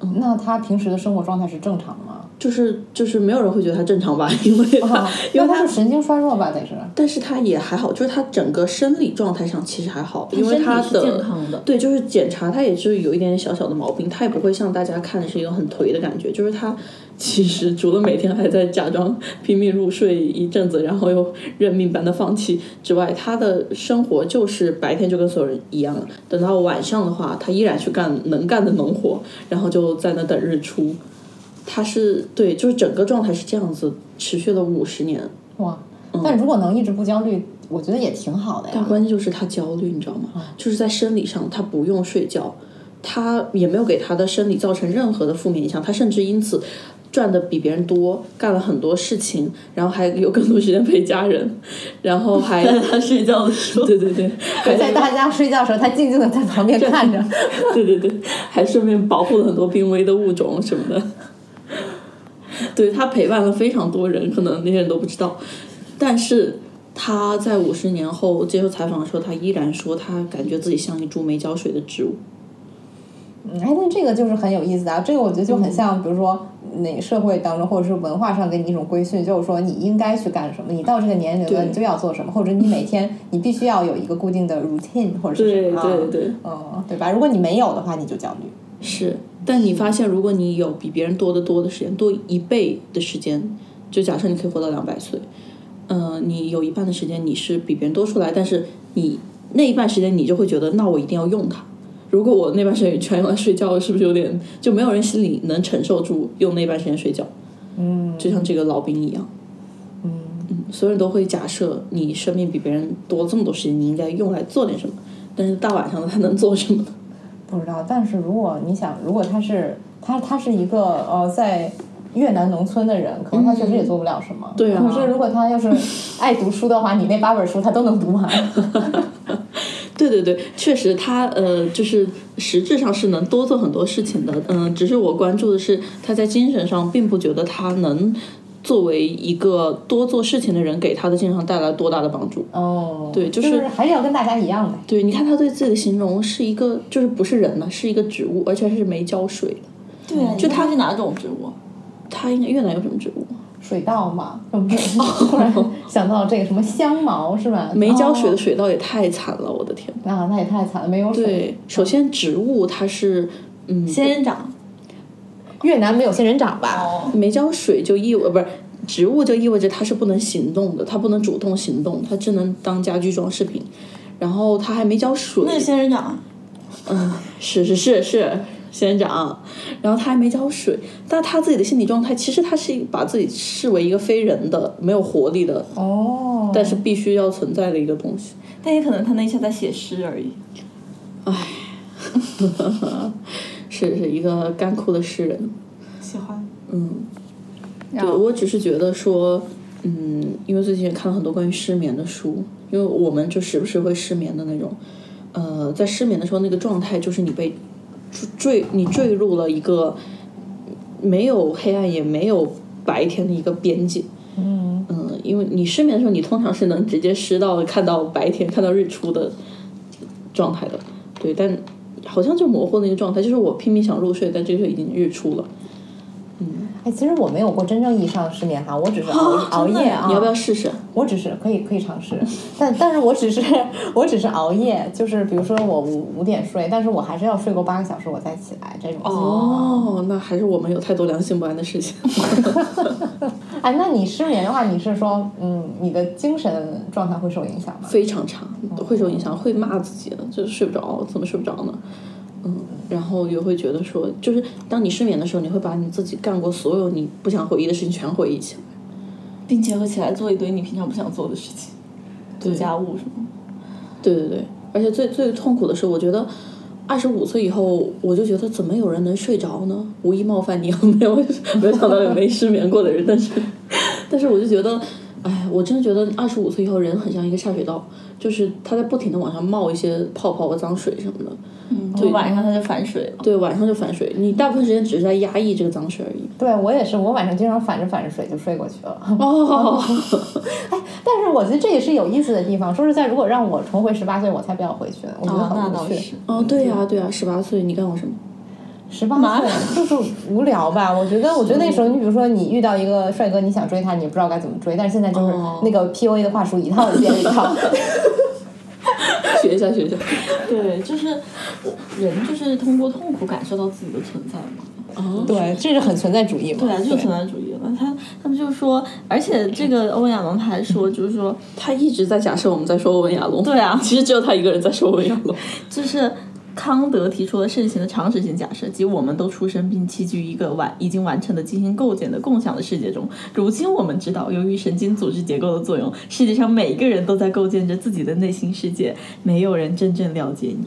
嗯那他平时的生活状态是正常吗？啊
就是就是没有人会觉得他正常吧，因为他、 哦
那
因为
他
他
是神经衰弱吧？得是。
但是他也还好，就是他整个生理状态上其实还好，因为
身体
他
是
的
健康的
对，就是检查他也就是有一点点小小的毛病，他也不会像大家看的是一个很颓的感觉，就是他其实除了每天还在假装拼命入睡一阵子，然后又认命般的放弃之外，他的生活就是白天就跟所有人一样了，等到晚上的话，他依然去干能干的农活，然后就在那等日出。他是对，就是整个状态是这样子，持续了五十年。
哇，
嗯
但如果能一直不焦虑，我觉得也挺好的呀。
关键就是他焦虑，你知道吗？
嗯
就是在生理上，他不用睡觉，他也没有给他的生理造成任何的负面影响，他甚至因此赚的比别人多，干了很多事情，然后还有更多时间陪家人，然后还
他睡觉的时 候，
对对对，还
在大家睡觉的时候，他静静的在旁边看着。
对对对，还顺便保护了很多濒危的物种什么的。对他陪伴了非常多人，可能那些人都不知道。但是他在五十年后接受采访的时候，他依然说他感觉自己像一株没浇水的植物。
嗯哎，那这个就是很有意思啊！这个我觉得就
嗯
很像，比如说那社会当中或者是文化上给你一种规训，就是说你应该去干什么，你到这个年龄了
对
你就要做什么，或者你每天你必须要有一个固定的 routine 嗯或者是什么，
对
啊
对对
嗯，对吧？如果你没有的话，你就焦虑。
是，但你发现，如果你有比别人多得多的时间，多一倍的时间，就假设你可以活到两百岁，呃，你有一半的时间你是比别人多出来，但是你那一半时间你就会觉得，那我一定要用它。如果我那半时间全用来睡觉，是不是有点就没有人心里能承受住用那半时间睡觉？嗯，就像这个老兵一样。嗯，所有人都会假设你生命比别人多这么多时间，你应该用来做点什么。但是大晚上的他能做什么呢？
不知道，但是如果你想，如果他是他他是一个呃在越南农村的人，可能他确实也做不了什么。
嗯对啊
可是如果他要是爱读书的话，你那八本书他都能读完。
对对对，确实他呃，就是实质上是能多做很多事情的，嗯、只是我关注的是他在精神上，并不觉得他能作为一个多做事情的人给他的精神上带来多大的帮助。
哦，对，、
就是是
还是要跟大家一样的。
对，你看他对自己的形容是一个，就是不是人呢，是一个植物，而且还是没浇水的。
对啊，就他是哪种植物？
他应该越南有什么植物？
水稻嘛，我们突然想到这个什么香茅是吧？
没浇水的
哦
水稻也太惨了，我的天！
啊，那也太惨了，没有水。
对，
嗯
首先植物它是嗯
仙人掌。
越南没有仙人掌吧？
哦，
没浇水就意味不是植物就意味着它是不能行动的，它不能主动行动，它只能当家居装饰品。然后它还没浇水，
那是仙人掌。
是是是是仙人掌，然后它还没浇水，但它自己的心理状态其实它是把自己视为一个非人的、没有活力的，
哦，
但是必须要存在的一个东西。
但也可能他那一下在写诗而已。
是是一个干枯的诗人。
喜欢。
对，我只是觉得说，嗯，因为最近也看了很多关于失眠的书，因为我们就时不时会失眠的那种，呃，在失眠的时候，那个状态就是你被坠坠，你坠入了一个没有黑暗也没有白天的一个边界。嗯因为你失眠的时候，你通常是能直接失到看到白天、看到日出的状态的，对，但好像就模糊那个状态，就是我拼命想入睡，但这个时候已经日出了。
哎，其实我没有过真正意义上的失眠哈，我 只是熬熬夜啊。
你要不要试试？
我只是可以可以尝试，但但是我只是我只是熬夜，就是比如说我五五点睡，但是我还是要睡够八个小时我再起来这种。哦，
哦，那还是我们有太多良心不安的事情。
哎，那你失眠的话，你是说嗯，你的精神状态会受影响吗？
非常差，会受影响，会骂自己的，就是睡不着，怎么睡不着呢？嗯，然后也会觉得说，就是当你失眠的时候，你会把你自己干过所有你不想回忆的事情全回忆起来。
并结合起来做一堆你平常不想做的事情，做家务什么。
对对对，而且最最痛苦的是，我觉得二十五岁以后，我就觉得怎么有人能睡着呢？无意冒犯你， 没有没有想到有没失眠过的人，但是但是我就觉得，哎，我真的觉得二十五岁以后人很像一个下水道，就是他在不停的往上冒一些泡泡和脏水什么的，
就晚上它就反水了。
对，晚上就反水。你大部分时间只是在压抑这个脏水而已。
对我也是，我晚上经常反着反着水就睡过去了。
哦，
但是我觉得这也是有意思的地方。说实在，如果让我重回十八岁，我才不要回去呢。我觉得
哦，那
很
倒
无趣
是。。
哦，对呀、对呀、十八岁你干过什么？
十八、岁就是无聊吧？我觉得，我觉得那时候，你比如说你遇到一个帅哥，你想追他，你也不知道该怎么追。但是现在就是
哦
那个 PUA 的话术一套一遍一 套。
学一下，学一下。
对，就是我人就是通过痛苦感受到自己的存在嘛。
哦，
对，这是很存在主义嘛。
对啊，就是存在主义了。他他们就说，而且这个欧文亚龙他还说，就是说，
他一直在假设我们在说欧文亚龙。
对啊
其实只有他一个人在说欧文亚龙。
就是康德提出了盛行的常识性假设，即我们都出生并栖居一个完已经完成的进行构建的共享的世界中。如今我们知道，由于神经组织结构的作用，世界上每一个人都在构建着自己的内心世界，没有人真正了解你。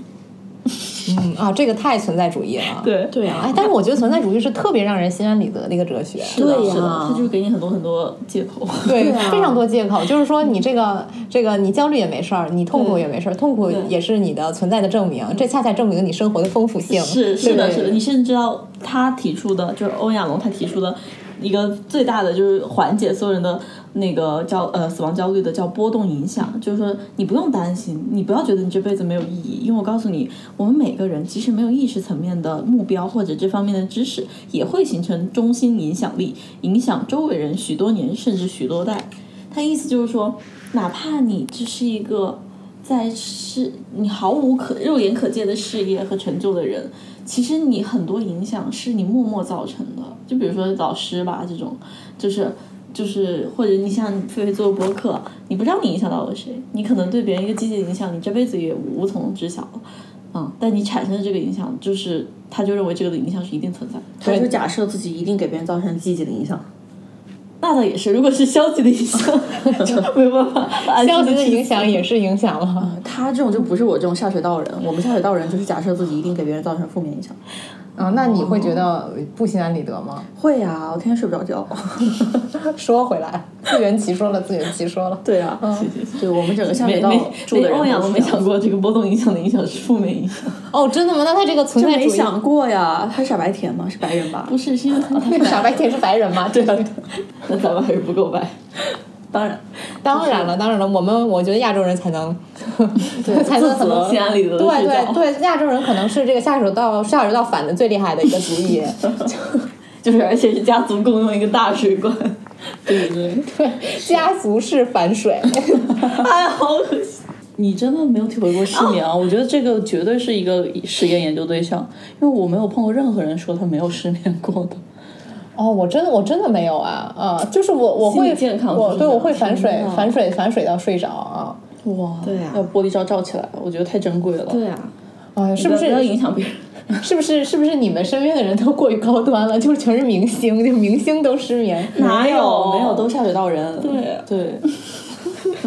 嗯啊，这个太存在主义了。
对
对啊
哎，但是我觉得存在主义是特别让人心安理得的一个哲学。
是的
对呀
是的，他就是给你很多很多借口。
对，
对啊
非常多借口，就是说你这个这个你焦虑也没事儿，你痛苦也没事儿，痛苦也是你的存在的证明，这恰恰证明你生活的丰富性。
是是的，
对
是的，你甚至知道他提出的，就是欧亚龙他提出的一个最大的就是缓解所有人的那个焦呃死亡焦虑的叫波动影响，就是说你不用担心，你不要觉得你这辈子没有意义，因为我告诉你，我们每个人即使没有意识层面的目标或者这方面的知识，也会形成中心影响力，影响周围人许多年甚至许多代。他意思就是说，哪怕你只是一个在事你毫无可肉眼可见的事业和成就的人，其实你很多影响是你默默造成的。就比如说老师吧，这种就是就是，或者你像菲菲做播客，你不知道你影响到了谁，你可能对别人一个积极的影响，你这辈子也无从知晓了。嗯，但你产生的这个影响，就是他就认为这个的影响是一定存在的。
他就假设自己一定给别人造成积极的影响。
那倒也是，如果是消极的影响，就没有 办法。
消极的影响也是影响了。
他这种就不是我这种下水道人，我们下水道人就是假设自己一定给别人造成负面影响。
嗯，那你会觉得不心安理得吗？
会呀、我天天睡不着觉。
说回来，自圆其说了，自圆其说了。
对啊，对我们整个下水
没
道
没
住
没
的人
欧
都
阳龙
是
没
这样
想过这个波动影响的影响是负面影响，
哦，真的吗？那他这个存
这
在主
没
义，
想过呀，他是傻白甜吗？是白人吧？
不是是因为他
那个 傻白甜是白人吗？对。
那咱们还是不够白。
当然，
当然了，当然了，我们我觉得亚洲人才能， 才
哎
能
自责
能
心安理得地
对
睡觉
对对，亚洲人可能是这个下水道下水道反的最厉害的一个族裔。
就是而且是家族共用一个大水 管，对不对？
对， 家族式反水。
哎，好恶心。
你真的没有体会过失眠啊？我觉得这个绝对是一个实验研究对象，因为我没有碰过任何人说他没有失眠过的。
哦，我真的我真的没有啊，啊，就是我我
心理
会
健康
我
是嗯
对
这
我
样
会反水
真的
反水反水到睡着啊。
哇，
对啊
要玻璃罩罩起来，我觉得太珍贵了。
对啊，
哎呀，是不
不要
是
影响别人？
是不是是不是你们身边的人都过于高端了？ 就是全是明星，就明星都失眠。
哪
没有
有
没有，都下水道人。
哎对啊
对。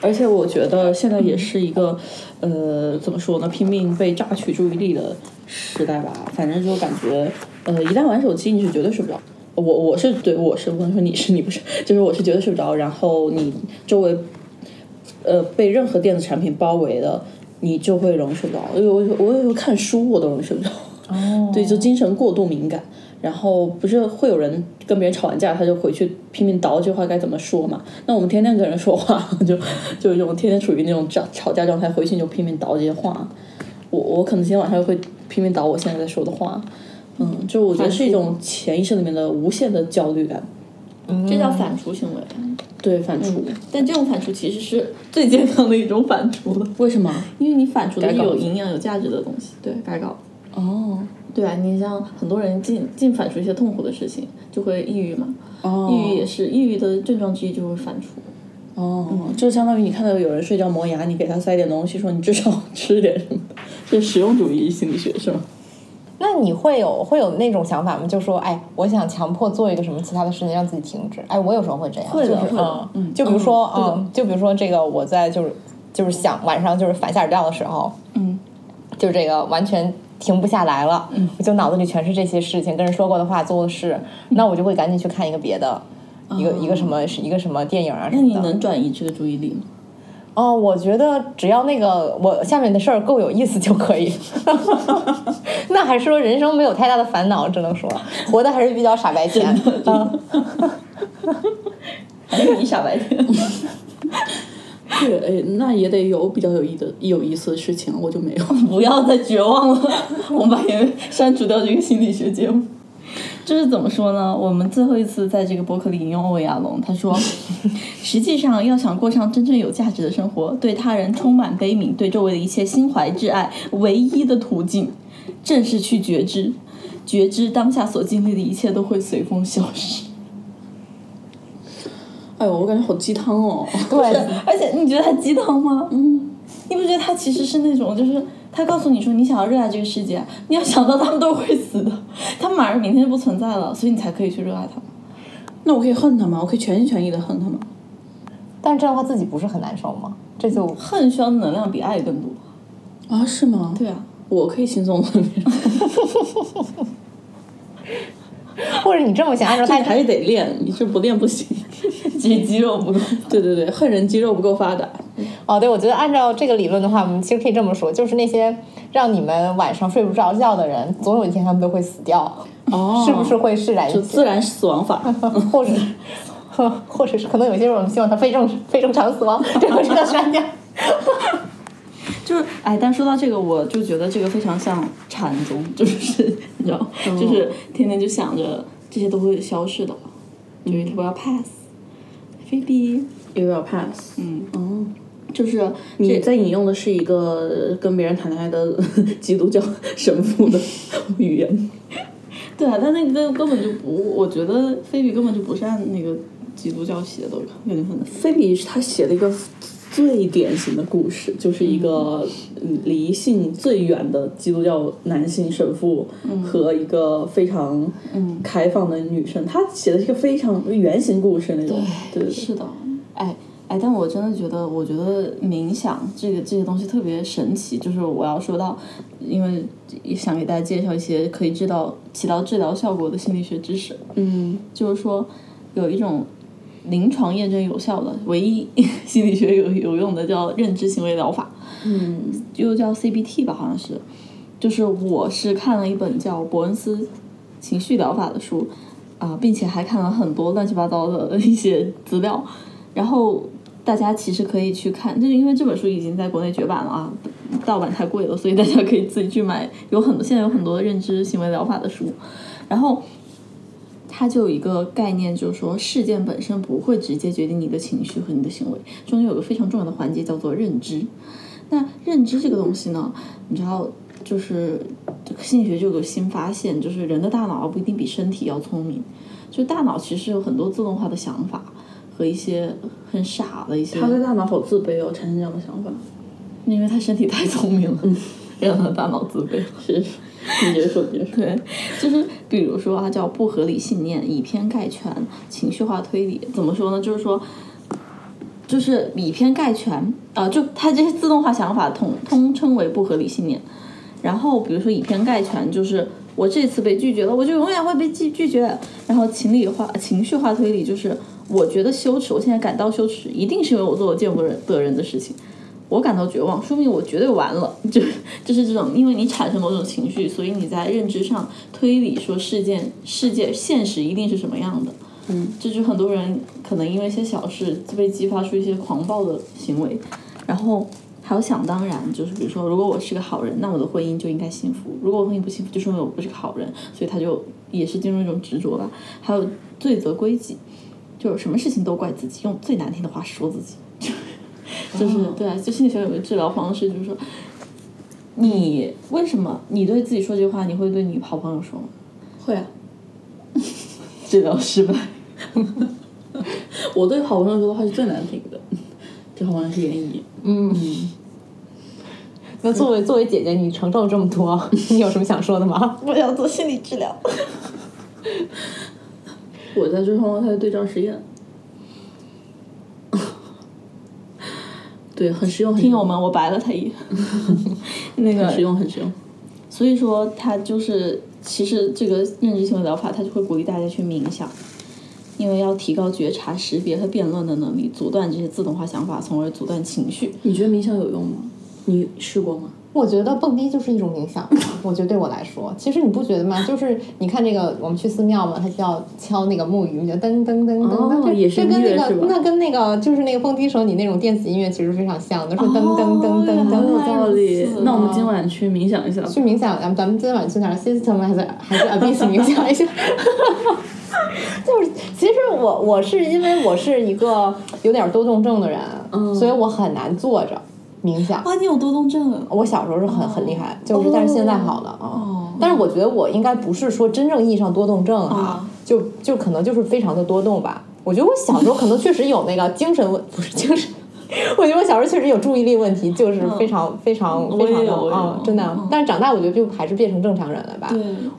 而且我觉得现在也是一个，呃，怎么说呢，拼命被榨取注意力的时代吧。反正就感觉，呃，一旦玩手机，你是绝对睡不着。我我是对我是，我跟你说你是你不是， 就是我是绝对睡不着。然后你周围，呃，被任何电子产品包围的，你就会容易睡不着。因为我有我有时候看书我都容易睡不着。
哦，
对，就精神过度敏感。然后不是会有人跟别人吵完架，他就回去拼命倒这句话该怎么说嘛？那我们天天跟人说话， 就就这种天天处于那种吵吵架状态，回去你就拼命倒这些话。我我可能今天晚上会拼命倒我现在在说的话，嗯，就我觉得是一种潜意识里面的无限的焦虑感，
这叫反刍行为。
对反刍。
但这种反刍其实是最健康的一种反刍了，
为什么？
因为你反刍的是
改稿
有营养、有价值的东西。对，改稿。
哦
对啊，你像很多人尽尽反刍一些痛苦的事情，就会抑郁嘛。
哦，
抑郁也是，抑郁的症状之一就会反刍。
哦，就相当于你看到有人睡觉磨 牙，你给他塞点东西，说你至少吃点什么，这是实用主义心理学是吗？
那你会有会有那种想法吗？就说，哎，我想强迫做一个什么其他的事情，让自己停止。哎，我有时候会这样，
会的
就是
会的
嗯，
嗯
就比如说，
嗯会的
嗯，就比如说这个，我在就是就是想晚上就是反下料的时候，
嗯，
就这个完全停不下来了，
嗯
我就脑子里全是这些事情，跟人说过的话，做的事，
嗯
那我就会赶紧去看一个别的。一个一个什么一个什么电影啊什
哦那
么的？
你能转移这个注意力吗？
哦，我觉得只要那个我下面的事儿够有意思就可以。 那还是说人生没有太大的烦恼，只能说活的还是比较傻白甜。嗯，
还是你傻白甜？ 对，哎，那也得有比较有意的有意思的事情，我就没有。
不要再绝望了，我们把也删除掉这个心理学节目。就是怎么说呢？我们最后一次在这个博客里引用欧亚龙，他说：“实际上，要想过上真正有价值的生活，对他人充满悲悯，对周围的一切心怀挚爱，唯一的途径，正是去觉知，觉知当下所经历的一切都会随风消失。
哎呦，我感觉好鸡汤哦。
对，
而且，你觉得他鸡汤吗？嗯，你不觉得他其实是那种，就是他告诉你说，你想要热爱这个世界，你要想到他们都会死的， 他们马上明天就不存在了，所以你才可以去热爱他们。
那我可以恨他吗？我可以全心全意的恨他吗？
但是这样的话自己不是很难受吗？这就
恨需要的能量比爱更多。
啊，是吗？
对啊，
我可以轻松的，
或者你这么想，按照
但
大
还是得练，你这不练不 行。
自己肌肉不够。
对对对，恨人肌肉不够发达。
哦，对，我觉得按照这个理论的话，我们其实可以这么说，就是那些让你们晚上睡不着觉的人，总有一天他们都会死掉，
哦
是不是？会释然
就
一些？
自然死亡法。
或者， 或者是可能有些人我们希望他非正非正常死亡，这个是要删掉。
就是哎，但说到这个，我就觉得这个非常像禅宗，就是 你知
哦
道，就是天天就想着这些都会消逝的，就是我要 pass。菲比，
嗯 You will pass。
嗯，
哦，
就是
你在引用的是一个跟别人谈恋爱的 基督教神父的 语言。
对啊，但那个根本就不，我觉得菲比根本就不是按那个基督教写的，我感觉很
菲比他写了一个最典型的故事，就是一个嗯离性最远的基督教男性神父和一个非常开放的女生，他写的是一个非常原型故事那种。对对对，
是的，哎哎，但我真的觉得，我觉得冥想这个这些东西特别神奇。就是我要说到，因为想给大家介绍一些可以治疗起到治疗效果的心理学知识，
嗯，
就是说有一种临床验证有效的唯一 心理学有有用的叫认知行为疗法，嗯，又叫 CBT 吧，好像是。就是我是看了一本叫伯恩斯情绪疗法的书啊、并且还看了很多乱七八糟的一些资料，然后大家其实可以去看，就是因为这本书已经在国内绝版了啊，盗版太贵了，所以大家可以自己去买。有很多现在有很多认知行为疗法的书，然后它就有一个概念，就是说事件本身不会直接决定你的情绪和你的行为，中间有个非常重要的环节叫做认知。那认知这个东西呢，你知道，就是心理学就有个新发现，就是人的大脑不一定比身体要聪明，就大脑其实有很多自动化的想法和一些很傻的一些。
他对大脑好自卑哦，产生这样的想法。
因为他身体太聪明了，让他大脑自卑。
嗯是，你接着说，你接着说。
对，就是比如说啊，叫不合理信念、以偏概全、情绪化推理，怎么说呢？就是说，就是以偏概全啊、就他这些自动化想法统通称为不合理信念。然后比如说以偏概全，就是我这次被拒绝了，我就永远会被拒拒绝。然后情理化、情绪化推理就是我觉得羞耻，我现在感到羞耻，一定是因为我做了见不得人的事情。我感到绝望，说明我绝对完了。就就是这种，因为你产生某种情绪，所以你在认知上推理说事件、世界、现实一定是什么样的。嗯，这就是很多人可能因为一些小事被激发出一些狂暴的行为，然后还有想当然，就是比如说，如果我是个好人，那我的婚姻就应该幸福；如果我婚姻不幸福，就说明我不是个好人，所以他就也是进入一种执着吧。还有罪责归己，就是什么事情都怪自己，用最难听的话说自己。 就是对啊，就心理学有个治疗方式，就是说，你为什么你对自己说这句话，你会对你好朋友说吗？
会 啊，
治疗失败。
我对好朋友说的话是最难听的，这好像是言语。
嗯，那作为作为姐姐，你承受这么多， 你有什么想说的吗？
我想做心理治疗。
我在做双胞胎对照实验。 对，很实用，很
听友们，我白了他一眼。那个
很实用，很实用。
所以说，他就是其实这个认知行为疗法，它就会鼓励大家去冥想，因为要提高觉察、识别和辩论的能力，阻断这些自动化想法，从而阻断情绪。
你觉得冥想有用吗？你试过吗？
我觉得蹦迪就是一种冥想 吧，我觉得对我来说，其实你不觉得吗？就是你看这个，我们去寺庙嘛，它就要敲那个木鱼，就噔噔噔噔
哦
噔，这
也是
这
音
跟
乐
那
是吧
个那跟那个就是那个蹦迪时候你那种电子音乐其实非常像的，是噔噔噔噔
很哦有
噔。
道理
如此。
那我们今晚去冥想一下吧。
去冥想，咱们咱们今晚去哪儿？System 还是还是 Abyss 冥想一下？ 就是，其实我我是因为我是一个有点多动症的人，所以我很难坐着冥想。
哇，你有多动症？
我小时候是
哦
很很厉害，就是但是现在好了啊。但是我觉得我应该不是说真正意义上多动症
哦
啊，就就可能就是非常的多动吧。我觉得我小时候可能确实有那个精神问，不是精神。 我觉得我小时候确实有注意力问题，就是非常、非常
也
非常的
嗯有我也
啊、
有嗯
真的。但是长大我觉得就还是变成正常人了吧。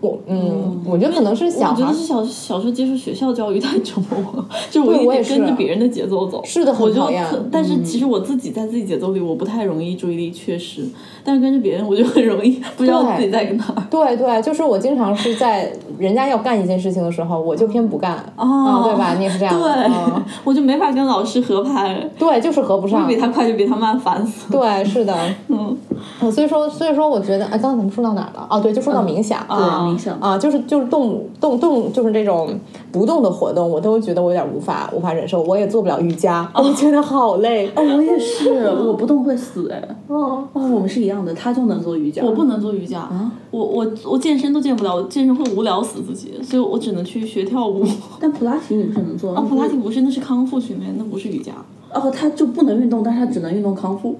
我嗯，我觉得可能是小
我觉
孩
得是小小时候接受学校教育太折磨我， 就是
对
我
我
一
也
直
啊
跟
是
着别人的节奏走，
是的很
我就
讨厌
特但
嗯
是其实我自己在自己节奏里，我不太容易注意力缺失，但是跟着别人我就很容易不知道
对
自己在哪儿。
对对，就是我经常是在人家要干一件事情的时候，我就偏不干，啊，对吧？你也是这样的，
哦对，
嗯
我就没法跟老师合拍，
对，就是合不上
比。哎他快就比他慢，烦 死了。
对，是的，
嗯，
嗯，所以说，所以说，我觉得，哎，刚才咱们说到哪儿了？哦，对，就说到冥想，
对，
啊
冥想。
啊，就是就是动动动，就是这种不动的活动，我都觉得我有点无法无法忍受，我也做不了瑜伽，我觉得好累。
哦，我也是，
嗯
我不动会死哎。
哦，
哦，我们是一样的，他就能做瑜伽，
我不能做瑜伽，
啊
我我我健身都健不了，我健身会无聊死自己，所以我只能去学跳舞。
但普拉提你不是能做吗？
啊普拉哦提不是，那是康复训练，那不是瑜伽。
哦，他就不能运动，但是他只能运动康复。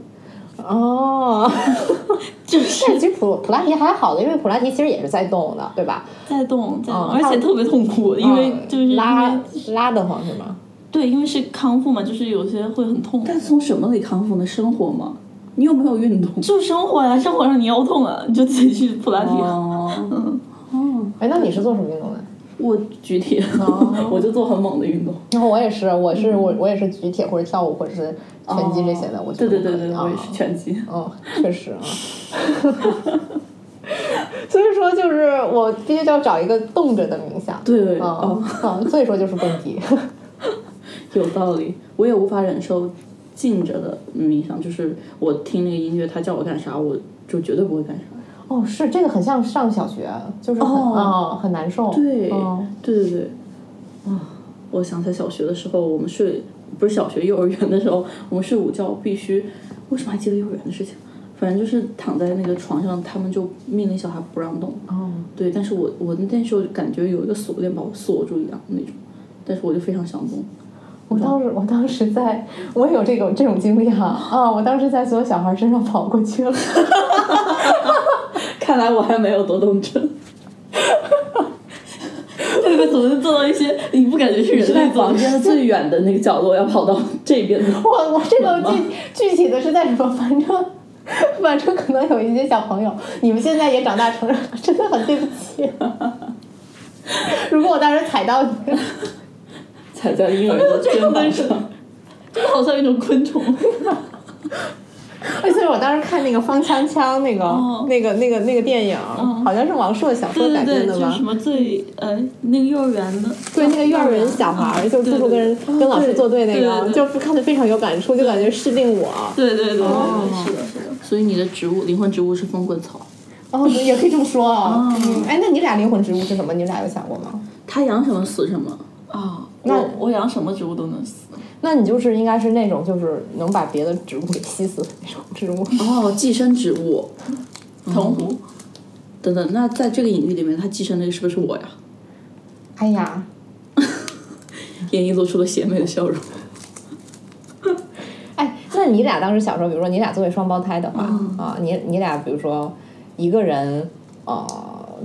哦，就是，但其实普普拉提还好的，因为普拉提其实也是在动的，对吧？
在动，在动，
嗯
而且特别痛苦，因为
嗯
就是因为
拉拉得慌是吗？
对，因为是康复嘛，就是有些会很痛。
但是从什么里康复呢？生活吗？你有没有运动？
就是生活呀、生活让你腰痛了，你就自己去普拉提。
哦，
嗯，
哎，那你是做什么运动的？
我举铁，
哦
我就做很猛的运动。
然后我也是，我是我我也是举铁或者跳舞或者是拳击这些的，我觉得
对哦对
不
对
可以
对，
啊
我也是拳击。
哦，确实啊。 所以说，就是我必须要找一个动着的冥想。
对对哦
嗯， 嗯所以说就是蹦迪。
有道理，我也无法忍受静着的冥想，就是我听那个音乐，他叫我干啥，我就绝对不会干啥。
哦，是这个很像上小学，啊就是很
哦
嗯很难受。
对，
嗯
对对对，啊，我想起来小学的时候，我们睡不是小学，幼儿园的时候，我们睡午觉必须，为什么还记得幼儿园的事情？反正就是躺在那个床上，他们就命令小孩不让动。
哦，
对，但是我我那时候就感觉有一个锁链把我锁住一样那种，但是我就非常想动。
我当时，我当时在，我也有这种这种经历哈啊！我当时在所有小孩身上跑过去了。
看来我还没有多动症。
这个总是做到一些你不感觉是
是
人
在
类做
房
的。
间最远的那个角落，要跑到这边的。
我我这个具具体的是在什么？ 反正反正可能有一些小朋友，你们现在也长大成人，了，真的很对不起。 如果我当时踩到你，
踩在婴儿的肩膀上。
这个好像一种昆 虫，
而且我当时看那个方枪枪那个、
哦
那个那个那个电影，好像是王朔小
对
说
对
改
对，
编的
就是
吧
什？么最呃那个幼儿园的，
对，那个幼儿园小孩儿就处处跟人跟老师作对那
哦对
个，啊
对对
就是看的非常有感触，就感觉是令我
对对对对
哦
对，是的，是的。
所以你的植物，灵魂植物是风滚草。
哦，也可以这么说啊。嗯，哎，那你俩灵魂植物是什么？你俩有想过吗？
它养什么死什么。哦
啊，
那
我我养什么植物都能死，
那你就是应该是那种就是能把别的植物给吸死的那种植物。
哦，寄生植物。哦
藤壶。
等等，那在这个隐喻里面，它寄生那个是不是我呀？
哎呀，
演绎露出了邪魅的笑容。
哎，那你俩当时小时候，比如说你俩作为双胞胎的话，啊、你你俩比如说一个人，呃，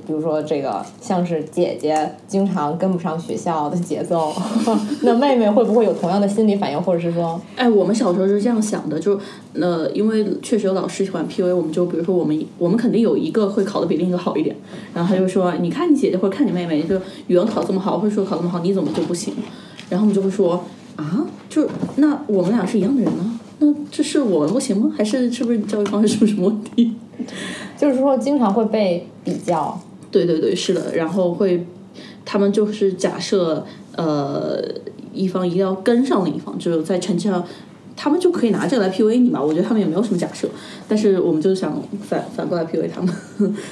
比如说这个像是姐姐经常跟不上学校的节奏， 那妹妹会不会有同样的心理反应，或者是说，
哎，我们小时候是这样想的，就呃，因为确实有老师喜欢 PUA 我们，就比如说我们我们肯定有一个会考的比另一个好一点，然后他就说，你看你姐姐或者看你妹妹，就语文考这么好，或者说考这么好，你怎么就不行？然后我们就会说啊，就那我们俩是一样的人呢、那这是我们不行吗？还是是不是教育方式出什么问题？
就是说经常会被比较？
对对对，是的。然后会，他们就是假设呃，一方一定要跟上另一方，就是在成绩上，他们就可以拿这个来 PUA 你嘛。我觉得他们也没有什么假设，但是我们就是想反反过来 PUA 他们。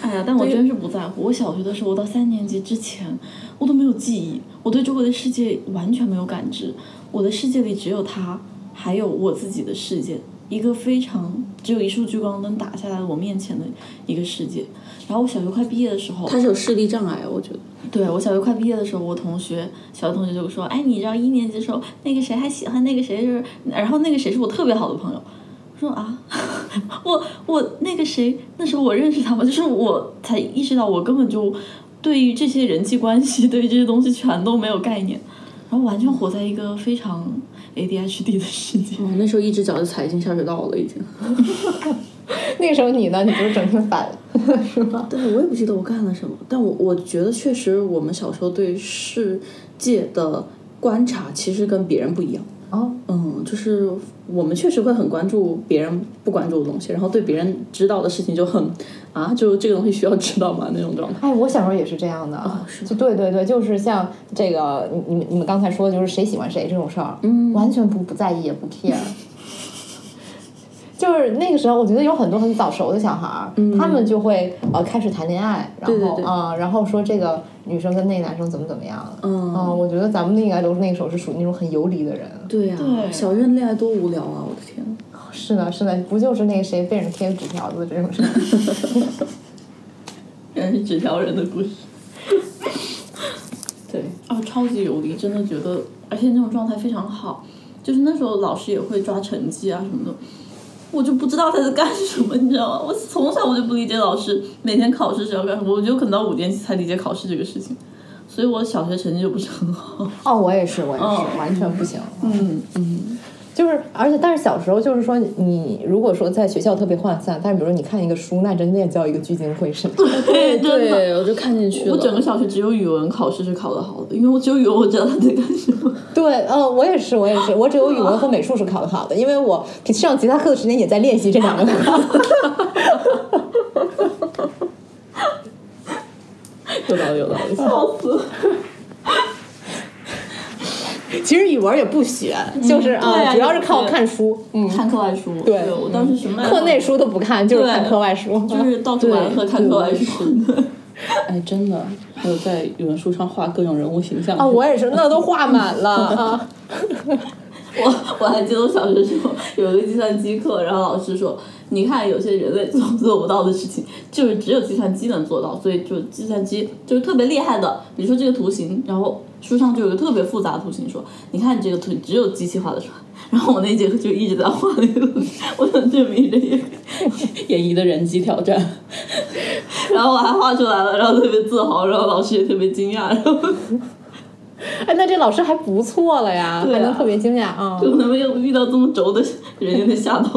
哎呀，但我真是不在乎。我小学的时候，我到三年级之前，我都没有记忆，我对周围的世界完全没有感知。我的世界里只有他，还有我自己的世界，一个非常只有一束聚光灯打下来我面前的一个世界。然后我小学快毕业的时 候，
他是有视力障碍，我觉得。
对我小学快毕业的时候，我同学小学同学就说：“哎，你知道一年级的时候，那个谁还喜欢那个谁，就是然后那个谁是我特别好的朋友。”我说啊， 我我那个谁，那时候我认识他吗？就是我才意识到，我根本就对于这些人际关系，对于这些东西全都没有概念，然后完全活在一个非常 ADHD 的世界。
哦，那时候一只脚就踩进下水道了，已经。
那个时候你呢？你不是整天反是吗？
啊对，我也不记得我干了什么，但我我觉得确实我们小时候对世界的观察其实跟别人不一样。
哦，
嗯，就是我们确实会很关注别人不关注的东西，然后对别人知道的事情就很啊，就这个东西需要知道吗？那种状态。
哎，我小时候也是这样的，
哦
就对对对，就是像这个你你们你们刚才说的，就是谁喜欢谁这种事儿，嗯，完全不不在意也不 care。就是那个时候，我觉得有很多很早熟的小孩儿，他们就会呃开始谈恋爱，然
嗯对
后
对
啊、呃然后说这个女生跟那个男生怎么怎么样，
嗯
呃我觉得咱们那个都是那个时候是属于那种很游离的人，
对呀、
对
小镇恋爱多无聊啊！我的天，
是的，是的，不就是那个谁背上贴纸条子这种事儿？
原来是纸条人的故事。对，哦，超级有理，真的觉得，而且那种状态非常好，就是那时候老师也会抓成绩啊什么的，我就不知道他在干什么，你知道吗？我从小我就不理解老师每天考试是要干什么，我就可能到五年级才理解考试这个事情，所以我小学成绩就不是很好。
哦，我也是，我也是，
嗯
完全不行。
嗯，
就是，而且但是小时候就是说，你如果说在学校特别涣散，但是比如说你看一个书，那真的叫一个聚精会 神。
对，真的。
对，我就看进去了。
我整个小学只有语文考试是考得好的，因为我只有语文我知道他在干什么。
对，呃，我也是，我也是，我只有语文和美术是考得好的，因为我上其他课的时间也在练习这两个 课。
有道理，有道 理。
笑死了！
其实语文也不学，就是
对
啊，
啊
主要是
也不
靠
学
看书，嗯，
看课外书，
对
我当时什么来着
课内书都不看，就是看
对
课外书。 嗯
就是到处玩和看课外书。
哎，真的，还有在语文书上画各种人物形象
啊，
哦
我也是，那都画满 了啊。
我我还记得我小学时候有一个计算机课，然后老师说，你看有些人类做做不到的事情，就是只有计算机能做到，所以就计算机就是特别厉害的。比如说这个图形，然后书上就有一个特别复杂的图形，说你看这个图只有机器画得出来。然后我那节课就一直在画那个东西，我想证明这些，
演绎的人机挑战。
然后我还画出来了，然后特别自豪，然后老师也特别惊讶，然后
哎，那这老师还不错了呀，
对啊
还能特别惊讶啊。
可能没有遇到这么轴的人，有点吓到。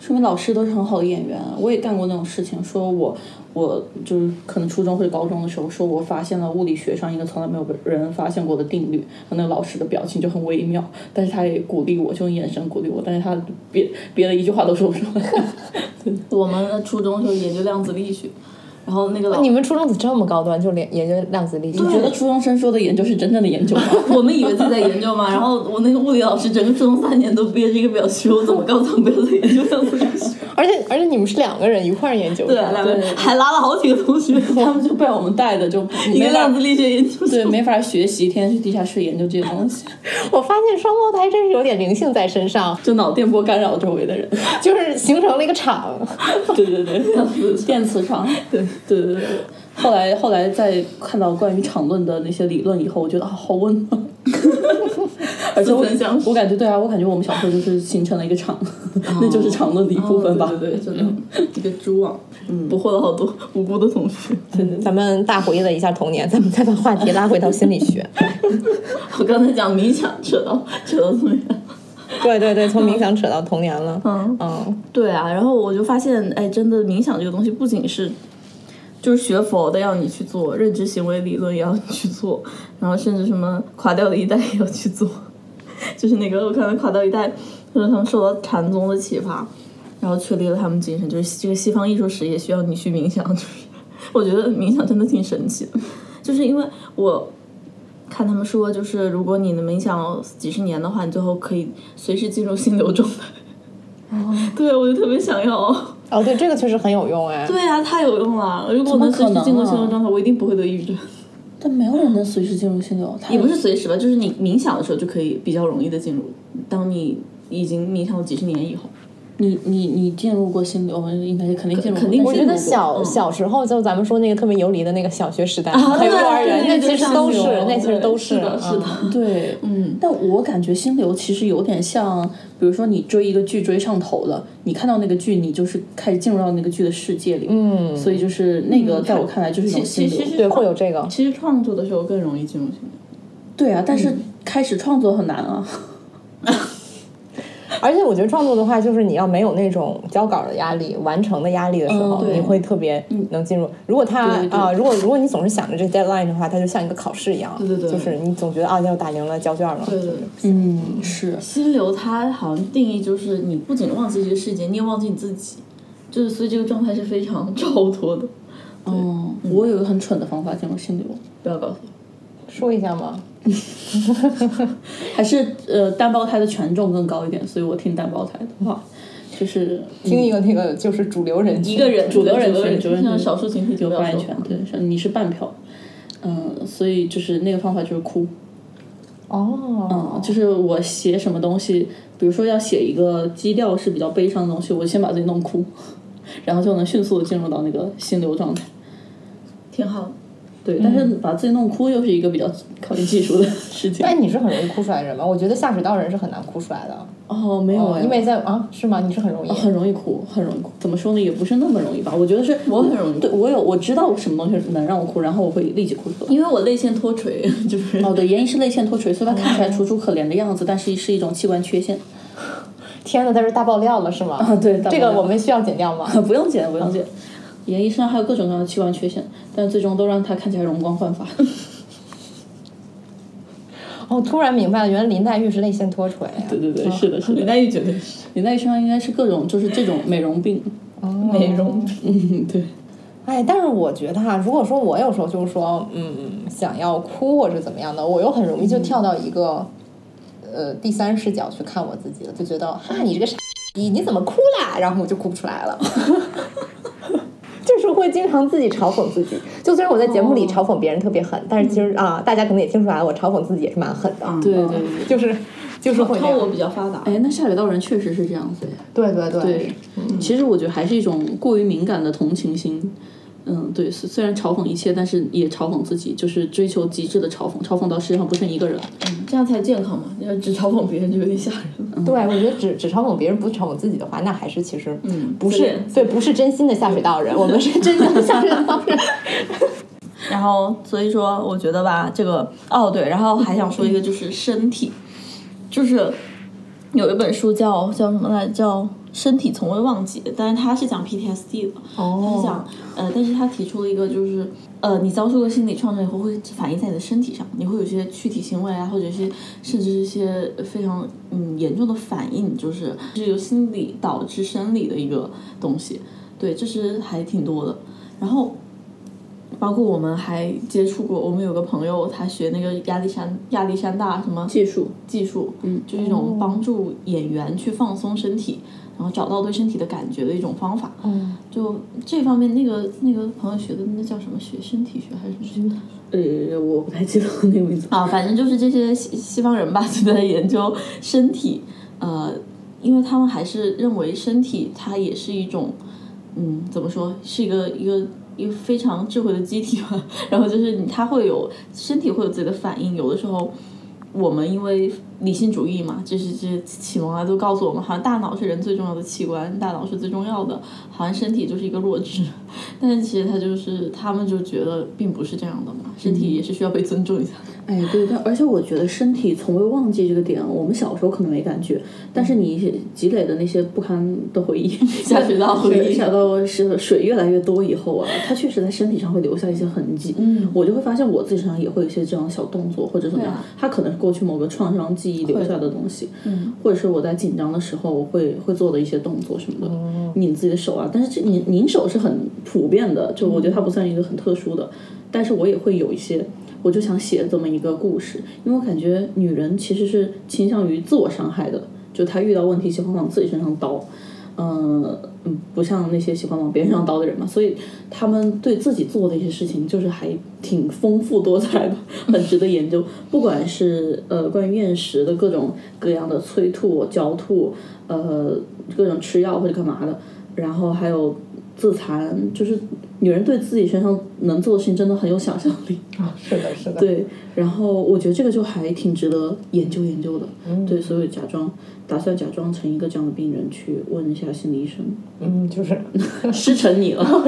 说明老师都是很好的演员。我也干过那种事情，说我我就是可能初中或者高中的时候，说我发现了物理学上一个从来没有被人发现过的定律，然后那个老师的表情就很微妙，但是他也鼓励我，就用眼神鼓励我，但是他别别的一句话都说不出来。
我们初中就研究量子力学，然后那个老
你们初中怎么这么高端，就连研究量子力学？
你觉得初中生说的研究是真正的研究吗？
我们以为自己在研究嘛，然后我那个物理老师整个初中三年都憋着一个表情，我怎么告诉他们不要再研究量子力学？
而且而且你们是两个人一块儿研究
对，啊
是吧
两个人还拉了好几个同学，
他们 就被我们带的就
一
没
个
法
量子力学研究生。
对没法学习，天天去地下室研究这些东西，
我发现双胞胎真是有点灵性在身上，
就脑电波干扰周围的人。
就是形成了一个场。
对对对，电磁场，对对对对。后来后来在看到关于场论的那些理论以后，我觉得啊，好温 暖。而且我
似曾相识哦
我感觉对啊，我感觉我们 小时候就是形成了一个场，那就是场论的一部分吧。
嗯对对对，真的一个蛛网。捕获了好多无辜的同学。真的，
咱们大回忆了一下童年，咱们再把话题拉回到心理学。
我刚才讲冥想扯到扯到这么远。
对对对，从冥想扯到童年了。嗯嗯，
对啊，然后我就发现，哎，真的冥想这个东西不仅是。就是学佛的要你去做，认知行为理论也要你去做， 然后甚至什么垮掉的一代也要去做， 就是那个我看到垮掉一代，就是他们受到禅宗的启发，然后确立了他们精神，就是这个西方艺术史也需要你去冥想， 就是我觉得冥想真的挺神奇的，就是因为我看他们说，就是如果你能冥想几十年的话，你最后可以随时进入心流状态。哦，对，我就特别想要。
哦，对，这个确实很有用哎。
对啊，太有用了！如果我能啊随时进入心流状态，我一定不会得抑郁症。
但没有人能随时进入心流，
也不是随时吧，就是你冥想的时候就可以比较容易的进入。当你已经冥想了几十年以后，
你你你进入过心流吗？应该是肯定进入过，
肯定
但
我
是
觉
进入
得
过
小
嗯
小时候，就咱们说那个特别游离的那个小学时代，还有
啊对
幼儿园，
对
那
对
其
对
实
上
都
学
是，那其实
对
都
是的，是的，
嗯
对，嗯，但我感觉心流其实有点像，比如说你追一个剧追上头了，你看到那个剧，你就是开始进入到那个剧的世界里，嗯，所以就是那个在我看来就是一种心
其
流，
其实
对，会有这个。
其实创作的时候更容易进入心流。
对啊，但是开始创作很难啊，
而且我觉得创作的话，就是你要没有那种交稿的压力、完成的压力的时候，
嗯对嗯
你会特别能进入。如果他
对对
啊、如果如果你总是想着这 deadline 的话，它就像一个考试一样，对
对对
就是你总觉得啊要打铃了，交卷了。
对对，对
嗯， 是，
心流它好像定义就是你不仅忘记这个世界，你也忘记你自己，就是所以这个状态是非常超脱的。
嗯，我有一个很蠢的方法进入心流，
不要告诉我。
说一下吗？
还是呃单胞胎的权重更高一点，所以我听单胞胎的话，就是
听一个那个就是主流人群，一
一个人，
主流人
主流人，
主流人
像少数群体就不
不
要
安
说
全，对，是你是半票，嗯，所以就是那个方法就是哭。
哦，
就是我写什么东西，比如说要写一个基调是比较悲伤的东西，我先把自己弄哭， 然后就能迅速的进入到那个心流状态。
挺好的。
对，但是把自己弄哭又是一个比较考验技术的事情。
哎，你是很容易哭出来的人吗？我觉得下水道人是很难哭出来的，
哦，没有哎，哦
因为在啊是吗？你是很容易，
很容易哭，很容易哭。怎么说呢，也不是那么容易吧？我觉得是我
很容易
对我有我知道什么东西能让我哭，然后我会立即哭出来。
因为我泪腺脱垂，就是
哦，对，原因是泪腺脱垂，虽然看起来楚楚可怜的样子，但是是一种器官缺陷。
天呐，他是大爆料了是吗？
啊， 对，
这个我们需要剪 掉吗？
不用剪，不用剪。严医生还有各种各样的器官缺陷，但最终都让他看起来容光焕发。
哦，突然明白了，原来林黛玉是泪腺脱垂啊。
对对对，是的，是
林
的。
黛玉绝对是
林黛玉身上应该是各种就是这种美容病。
美容。
嗯，对。
哎，但是我觉得哈，如果说我有时候就是说，嗯，想要哭或者怎么样的，我又很容易就跳到一个、呃第三视角去看我自己了，就觉得啊，你这个傻逼，你怎么哭啦？然后我就哭不出来了。 就是会经常自己嘲讽自己，就虽然我在节目里嘲讽别人特别狠，但是其实啊、大家可能也听出来了，我嘲讽自己也是蛮狠的，
对对对
就是就是会这
超我
样，
比较发达，
哎，那下水道人确实是这样子呀。
对对对，
对，其实我觉得还是一种过于敏感的同情心。嗯，对，虽虽然嘲讽一切，但是也嘲讽自己，就是追求极致的嘲讽，嘲讽到世界上不剩一个人。
这样才健康嘛。要只嘲讽别人就有点吓人了。
对，我觉得只只嘲讽别人不嘲讽自己的话，那还是其实
嗯
不
自
是
恋
对，不是真心的下水道人，我们是真正的下水道人。
然后所以说，我觉得吧，这个哦对，然后还想说一个就是身体，就是有一本书叫叫什么来着叫《身体从未忘记》，但是它是讲 PTSD 的。他
哦
讲，呃，但是他提出了一个，就是呃，你遭受过心理创伤以后，会反映在你的身体上，你会有一些躯体行为啊，或者一些甚至是一些非常嗯严重的反应，就是是由心理导致生理的一个东西。对，这是还挺多的。然后，包括我们还接触过，我们有个朋友，他学那个亚历山亚历山大什么
技术，
技术，嗯，就是一种帮助演员去放松身体，然后找到对身体的感觉的一种方法。
嗯，
就这方面，那个那个朋友学的那叫什么学身体学还是什么学？
呃，我不太记得那个名字。
啊，反正就是这些西西方人吧， 就在研究身体，呃，因为他们还是认为身体它也是一种，嗯，怎么说，是一个一个一个非常智慧的机体吧。 然后就是你它会有身体会有自己的反应，有的时候我们因为理性主义嘛，这是这启蒙啊，都告诉我们，好像大脑是人最重要的器官，大脑是最重要的，好像身体就是一个弱智。 但是其实他就是他们就觉得并不是这样的嘛，身体也是需要被尊重一下的。
哎，对，但而且我觉得身体从未忘记这个点，我们小时候可能没感觉，但是你积累的那些不堪的回忆，
下水道回忆
下到是水越来越多以后啊，它确实在身体上会留下一些痕迹。嗯，我就会发现我自己身上也会有一些这样的小动作或者怎么样，
对啊
它可能是过去某个创伤记忆留下的东西，
嗯，
或者是我在紧张的时候我会会做的一些动作什么的，
哦
拧自己的手啊，但是这拧拧手是很普遍的，就我觉得它不算一个很特殊的，但是我也会有一些。我就想写这么一个故事，因为我感觉女人其实是倾向于自我伤害的，就她遇到问题喜欢往自己身上叨，嗯嗯，不像那些喜欢往别人身上叨的人嘛，所以他们对自己做的一些事情就是还挺丰富多彩的， 很值得研究。不管是呃关于厌食的各种各样的催吐、嚼吐，呃各种吃药或者干嘛的，然后还有自残，就是女人对自己身上能做的事情真的很有想象力。
啊是的，是的，对，
对，然后我觉得这个就还挺值得研究研究的。对，所以假装打算假装成一个这样的病人去问一下心理医生，
嗯，就是，
师承你了。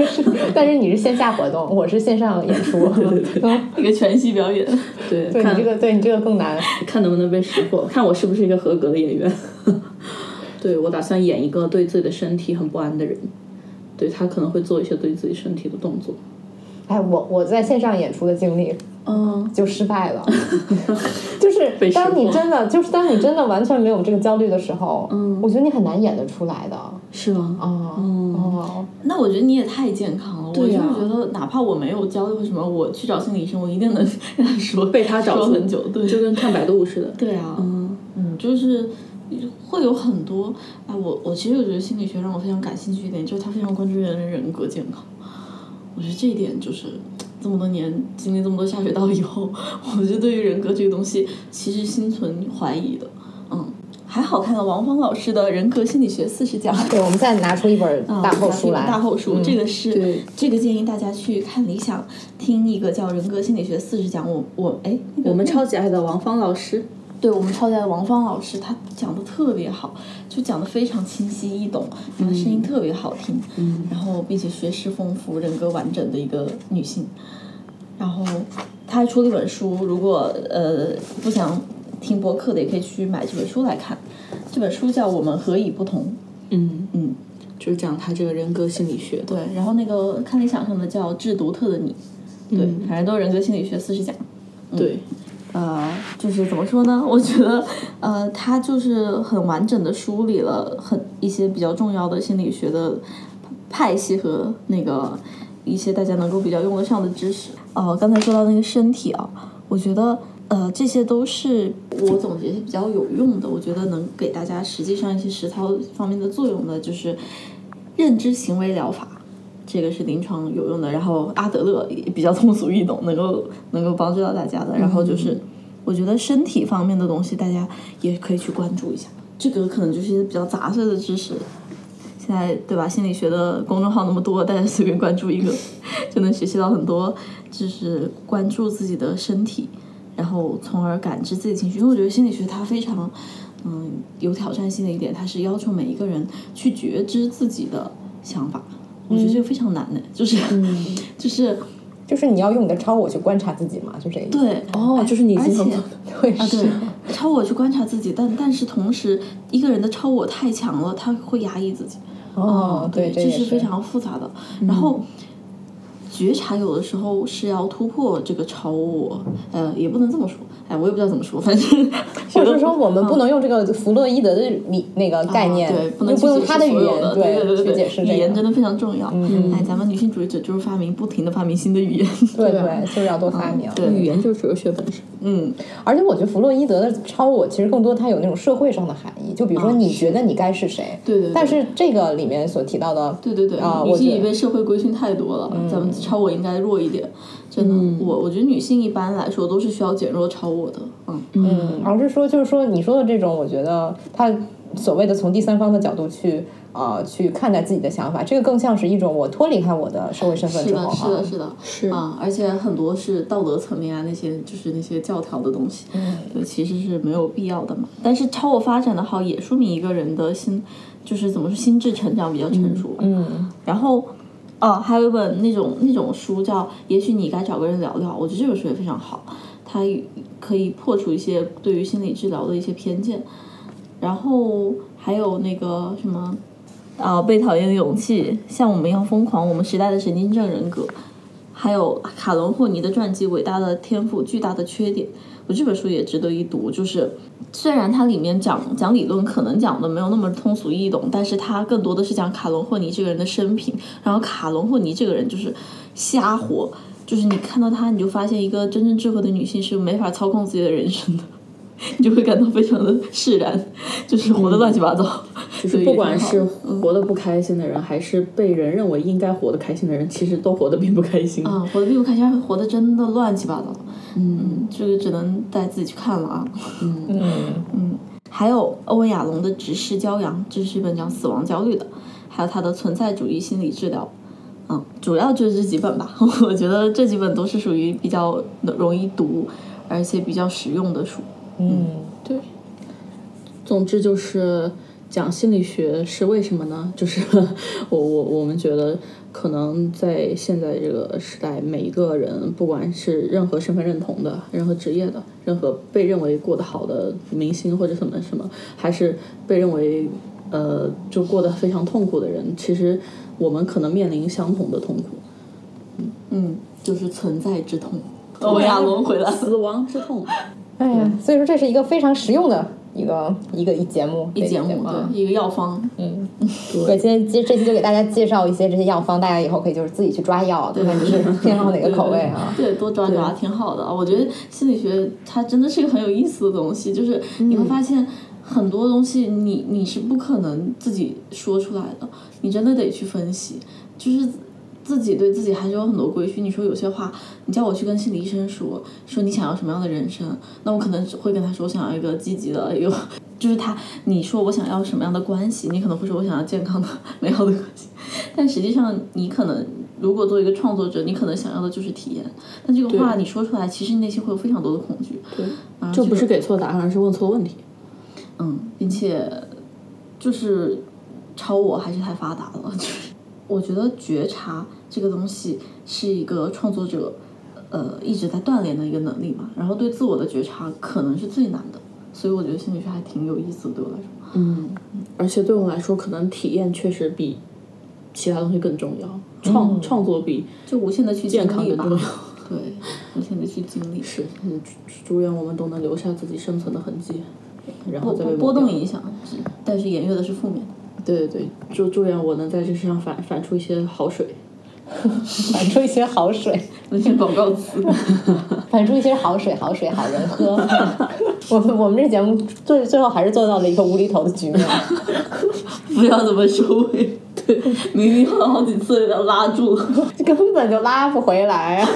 但是你是线下活动，我是线上演出，嗯，
一个全息表演，
对，
对你这
看
个，对你这个更难，
看能不能被识破，看我是不是一个合格的演员。 对我打算演一个对自己的身体很不安的人，对他可能会做一些对自己身体的动作。
哎，我我在线上演出的经历
哦
嗯，
就失败了，就是
被识破
当你真的就是当你真的完全没有这个焦虑的时候，嗯，我觉得你很难演得出来的，
是吗？
哦哦，
那我觉得你也太健康了。我就
对
是
呀
觉得，哪怕我没有焦虑或什么，我去找心理医生，我一定能跟他说，
被他找
说
出
很久。对，
就跟看百度似的。
对啊，
嗯，
嗯，就是会有很多啊，我我其实我觉得心理学让我非常感兴趣一点，就是他非常关注人的人格健康。我觉得这一点就是这么多年经历这么多下水道以后， 我就对于人格这个东西其实心存怀疑的。嗯，还好看了王芳老师的《人格心理学四十讲》。
对，我们再拿出一本大厚书来，
大厚书，这个是
对
这个建议大家去看理想听一个叫《人格心理学四十讲》，我我哎，那个
我们超级爱的王芳老师，
对我们超级爱的王芳老师，他讲的特别好，就讲的非常清晰易懂，她的声音特别好听，然后并且学识丰富、人格完整的一个女性。然后她还出了一本书，如果呃不想听博客的，也可以去买这本书来看。这本书叫《我们何以不同》，
嗯，
嗯，
就是讲他这个人格心理学的。嗯
对。然后那个看理想上的叫《致独特的你》，对，
嗯
反正都是人格心理学四十讲。
对，
呃，就是怎么说呢？ 我觉得，呃，他就是很完整的梳理了很一些比较重要的心理学的派系和那个一些大家能够比较用得上的知识。呃，刚才说到那个身体啊，我觉得，呃，这些都是我总结是比较有用的，我觉得能给大家实际上一些实操方面的作用的，就是认知行为疗法。这个是临床有用的，然后阿德勒也比较通俗易懂，能够能够帮助到大家的。然后就是，我觉得身体方面的东西，大家也可以去关注一下。这个可能就是一些比较杂碎的知识，现在对吧？心理学的公众号那么多，大家随便关注一个，就能学习到很多，就是关注自己的身体，然后从而感知自己情绪。因为我觉得心理学它非常，嗯，有挑战性的一点，它是要求每一个人去觉知自己的想法。我觉得这个非常难的，就是、 就是
就是你要用你的超我去观察自己嘛，就这个意思。
对
哦，就是你经常
而且
做
对，
啊，
是
对，超我去观察自己，但但是同时，一个人的超我太强了，他会压抑自己。
哦，对，
啊这
也嗯
是非常复杂的。然后觉察有的时候是要突破这个超我，呃，也不能这么说，哎，我也不知道怎么说，反正
或者说，我们不能用这个弗洛伊德的理那个概念，
嗯啊对，不能
就不
去
用
解释
他的语
所有
言
的对对
去
对
解释
语
这
言真
个。
的非常重要。嗯，哎，咱们女性主义者就是发明，不停的发明新的语言。
对对，就是要多发明。
啊对
语言就是哲学本身。
嗯，
而且我觉得弗洛伊德的超我其实更多，它有那种社会上的含义，就比如说你觉得你该是谁，
啊对对对
但是这个里面所提到的，
对对对，
啊
女
我
性
觉
已
得嗯
被社会规训太多了，咱们超我应该弱一点。真的，我我觉得女性一般来说都是需要减弱超我的。嗯，
嗯，而是说就是说你说的这种，我觉得它所谓的从第三方的角度去呃去看待自己的想法，这个更像是一种我脱离开我的社会身份
是
之后
的，
啊，
是的，是的，是
嗯
啊，而且很多是道德层面啊，那些就是那些教条的东西，
嗯
对，其实是没有必要的嘛。但是超我发展的好，也说明一个人的心，就是怎么说，心智成长比较成熟吧。
嗯，
然后，哦，还有一本那种那种书叫《也许你该找个人聊聊》，我觉得这本书也非常好，它可以破除一些对于心理治疗的一些偏见。然后还有那个什么，啊，被讨厌的勇气，像我们一样疯狂，我们时代的神经症人格，还有卡伦霍尼的传记《伟大的天赋，巨大的缺点》，我这本书也值得一读。就是虽然它里面讲讲理论，可能讲的没有那么通俗易懂，但是它更多的是讲卡伦霍尼这个人的生平。然后卡伦霍尼这个人就是瞎活，就是你看到他，你就发现一个真正智慧的女性是没法操控自己的人生的。 你就会感到非常的释然，就是活得乱七八糟。
就是不管是活得不开心的人，还是被人认为应该活得开心的人，其实都活得并不开心。
啊，活得并不开心，而且活得真的乱七八糟。嗯，这个只能带自己去看了啊。
嗯
还有欧文亚龙的《直视骄阳》，这是一本讲死亡焦虑的，还有他的《存在主义心理治疗》。嗯，主要就是这几本吧。 我觉得这几本都是属于比较容易读，而且比较实用的书。
嗯
总之就是讲心理学是为什么呢？ 就是我我我们觉得可能在现在这个时代，每一个人不管是任何身份认同的、任何职业的、任何被认为过得好的明星或者什么什么，还是被认为呃就过得非常痛苦的人，其实我们可能面临相同的痛苦，
嗯，就是存在之痛。欧文亚龙回来了。
死亡之痛。
哎呀，所以说这是一个非常实用的一个一个一节目，一
节目
啊
对一个药方，
对，今天这这期就给大家介绍一些这些药方，大家以后可以就是自己去抓药，对吧？你是偏好哪个口味啊？
对，多抓抓挺好的啊。我觉得心理学它真的是个很有意思的东西，就是你会发现很多东西你你是不可能自己说出来的，你真的得去分析，就是。自己对自己还是有很多规矩。你说有些话，你叫我去跟心理医生说，说你想要什么样的人生，那我可能会跟他说，我想要一个 积极的，有就是他，你说我想要什么样的关系，你可能会说我想要健康的、 美好的关系，但实际上你可能如果作为一个创作者，你可能想要的就是体验，但这个话你说出来，其实内心会有非常多的恐惧，对，
啊就不是给错答案，而是问错问题。
嗯，并且就是超我还是太发达了，就是我觉得觉察这个东西是一个创作者呃一直在锻炼的一个能力嘛，然后对自我的觉察可能是最难的，所以我觉得心理学还挺有意思的，对我来说。
而且对我来说，可能体验确实比其他东西更重要，创、创作比
就无限的去经
健康
历
更
吧
重要。
对，无限的去经历，
是，嗯，祝祝愿我们都能留下自己生存的痕迹，然后
波
再被
波
抹
波动
掉
影响，但是颜悦的是负面的。
对对对，祝祝愿我能在这身上反反出一些好水。
反出一些好水，
那些广告词，
反出一些好水，好水好人喝。 我们我们这节目最最后还是做到了一个无厘头的局面。
不知道怎么收尾。对，明明好好几次要拉住了，
根本就拉不回来啊！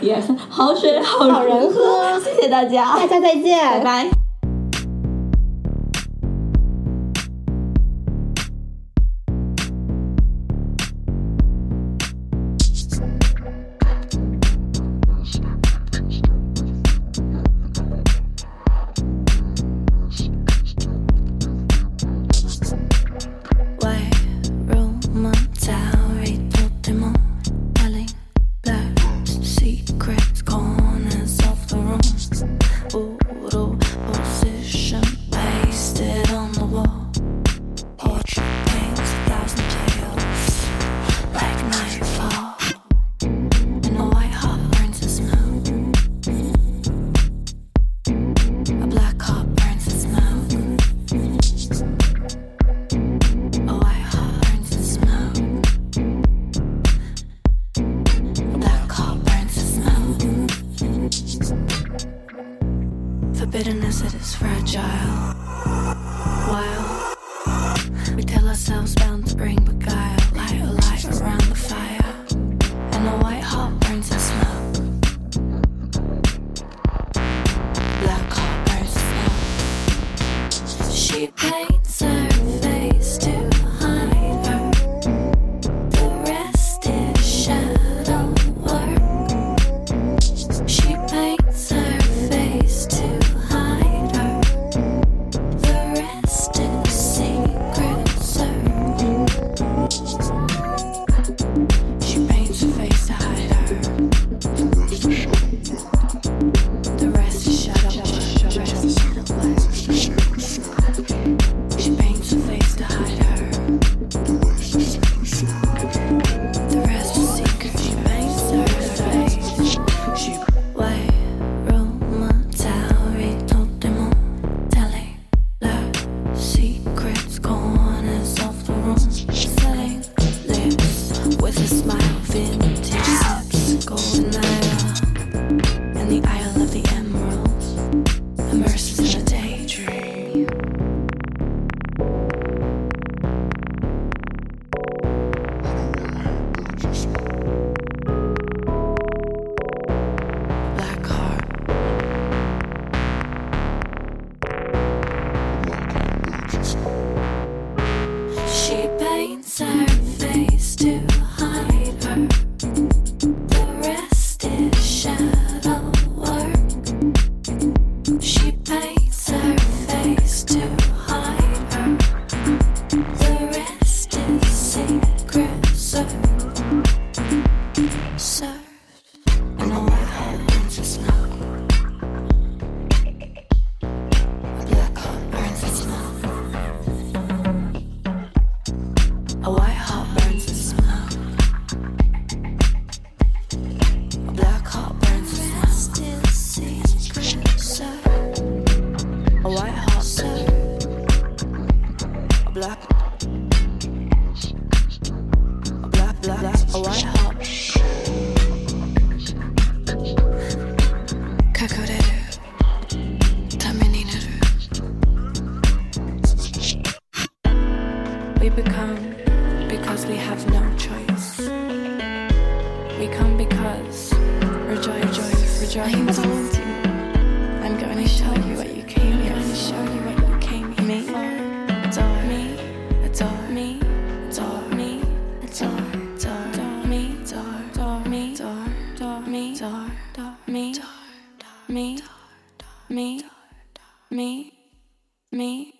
也好水好
好人喝，
谢谢大家，
大家再见，
拜拜。
Why momentary Totemo telling black secret corners of the room Uru was secret served. Served. I know I had burns its love. A black heart burns its love. A white heart burns its love. A black heart burns its love. Still secret served. A white heart served. A black black, black, black, a white hot. Kakoreru, tame ni naru. We become because we have no choice. We come because rejoice, rejoice, rejoice. I'm going to show you what you came here. I'm going to show you what you came here me. for. Adore me, adore me, adore me, adore, adore, adore me, adore, adore me, adore, adore me, adore, adore me, adore, adore me, adore, adore me, adore, adore me, me,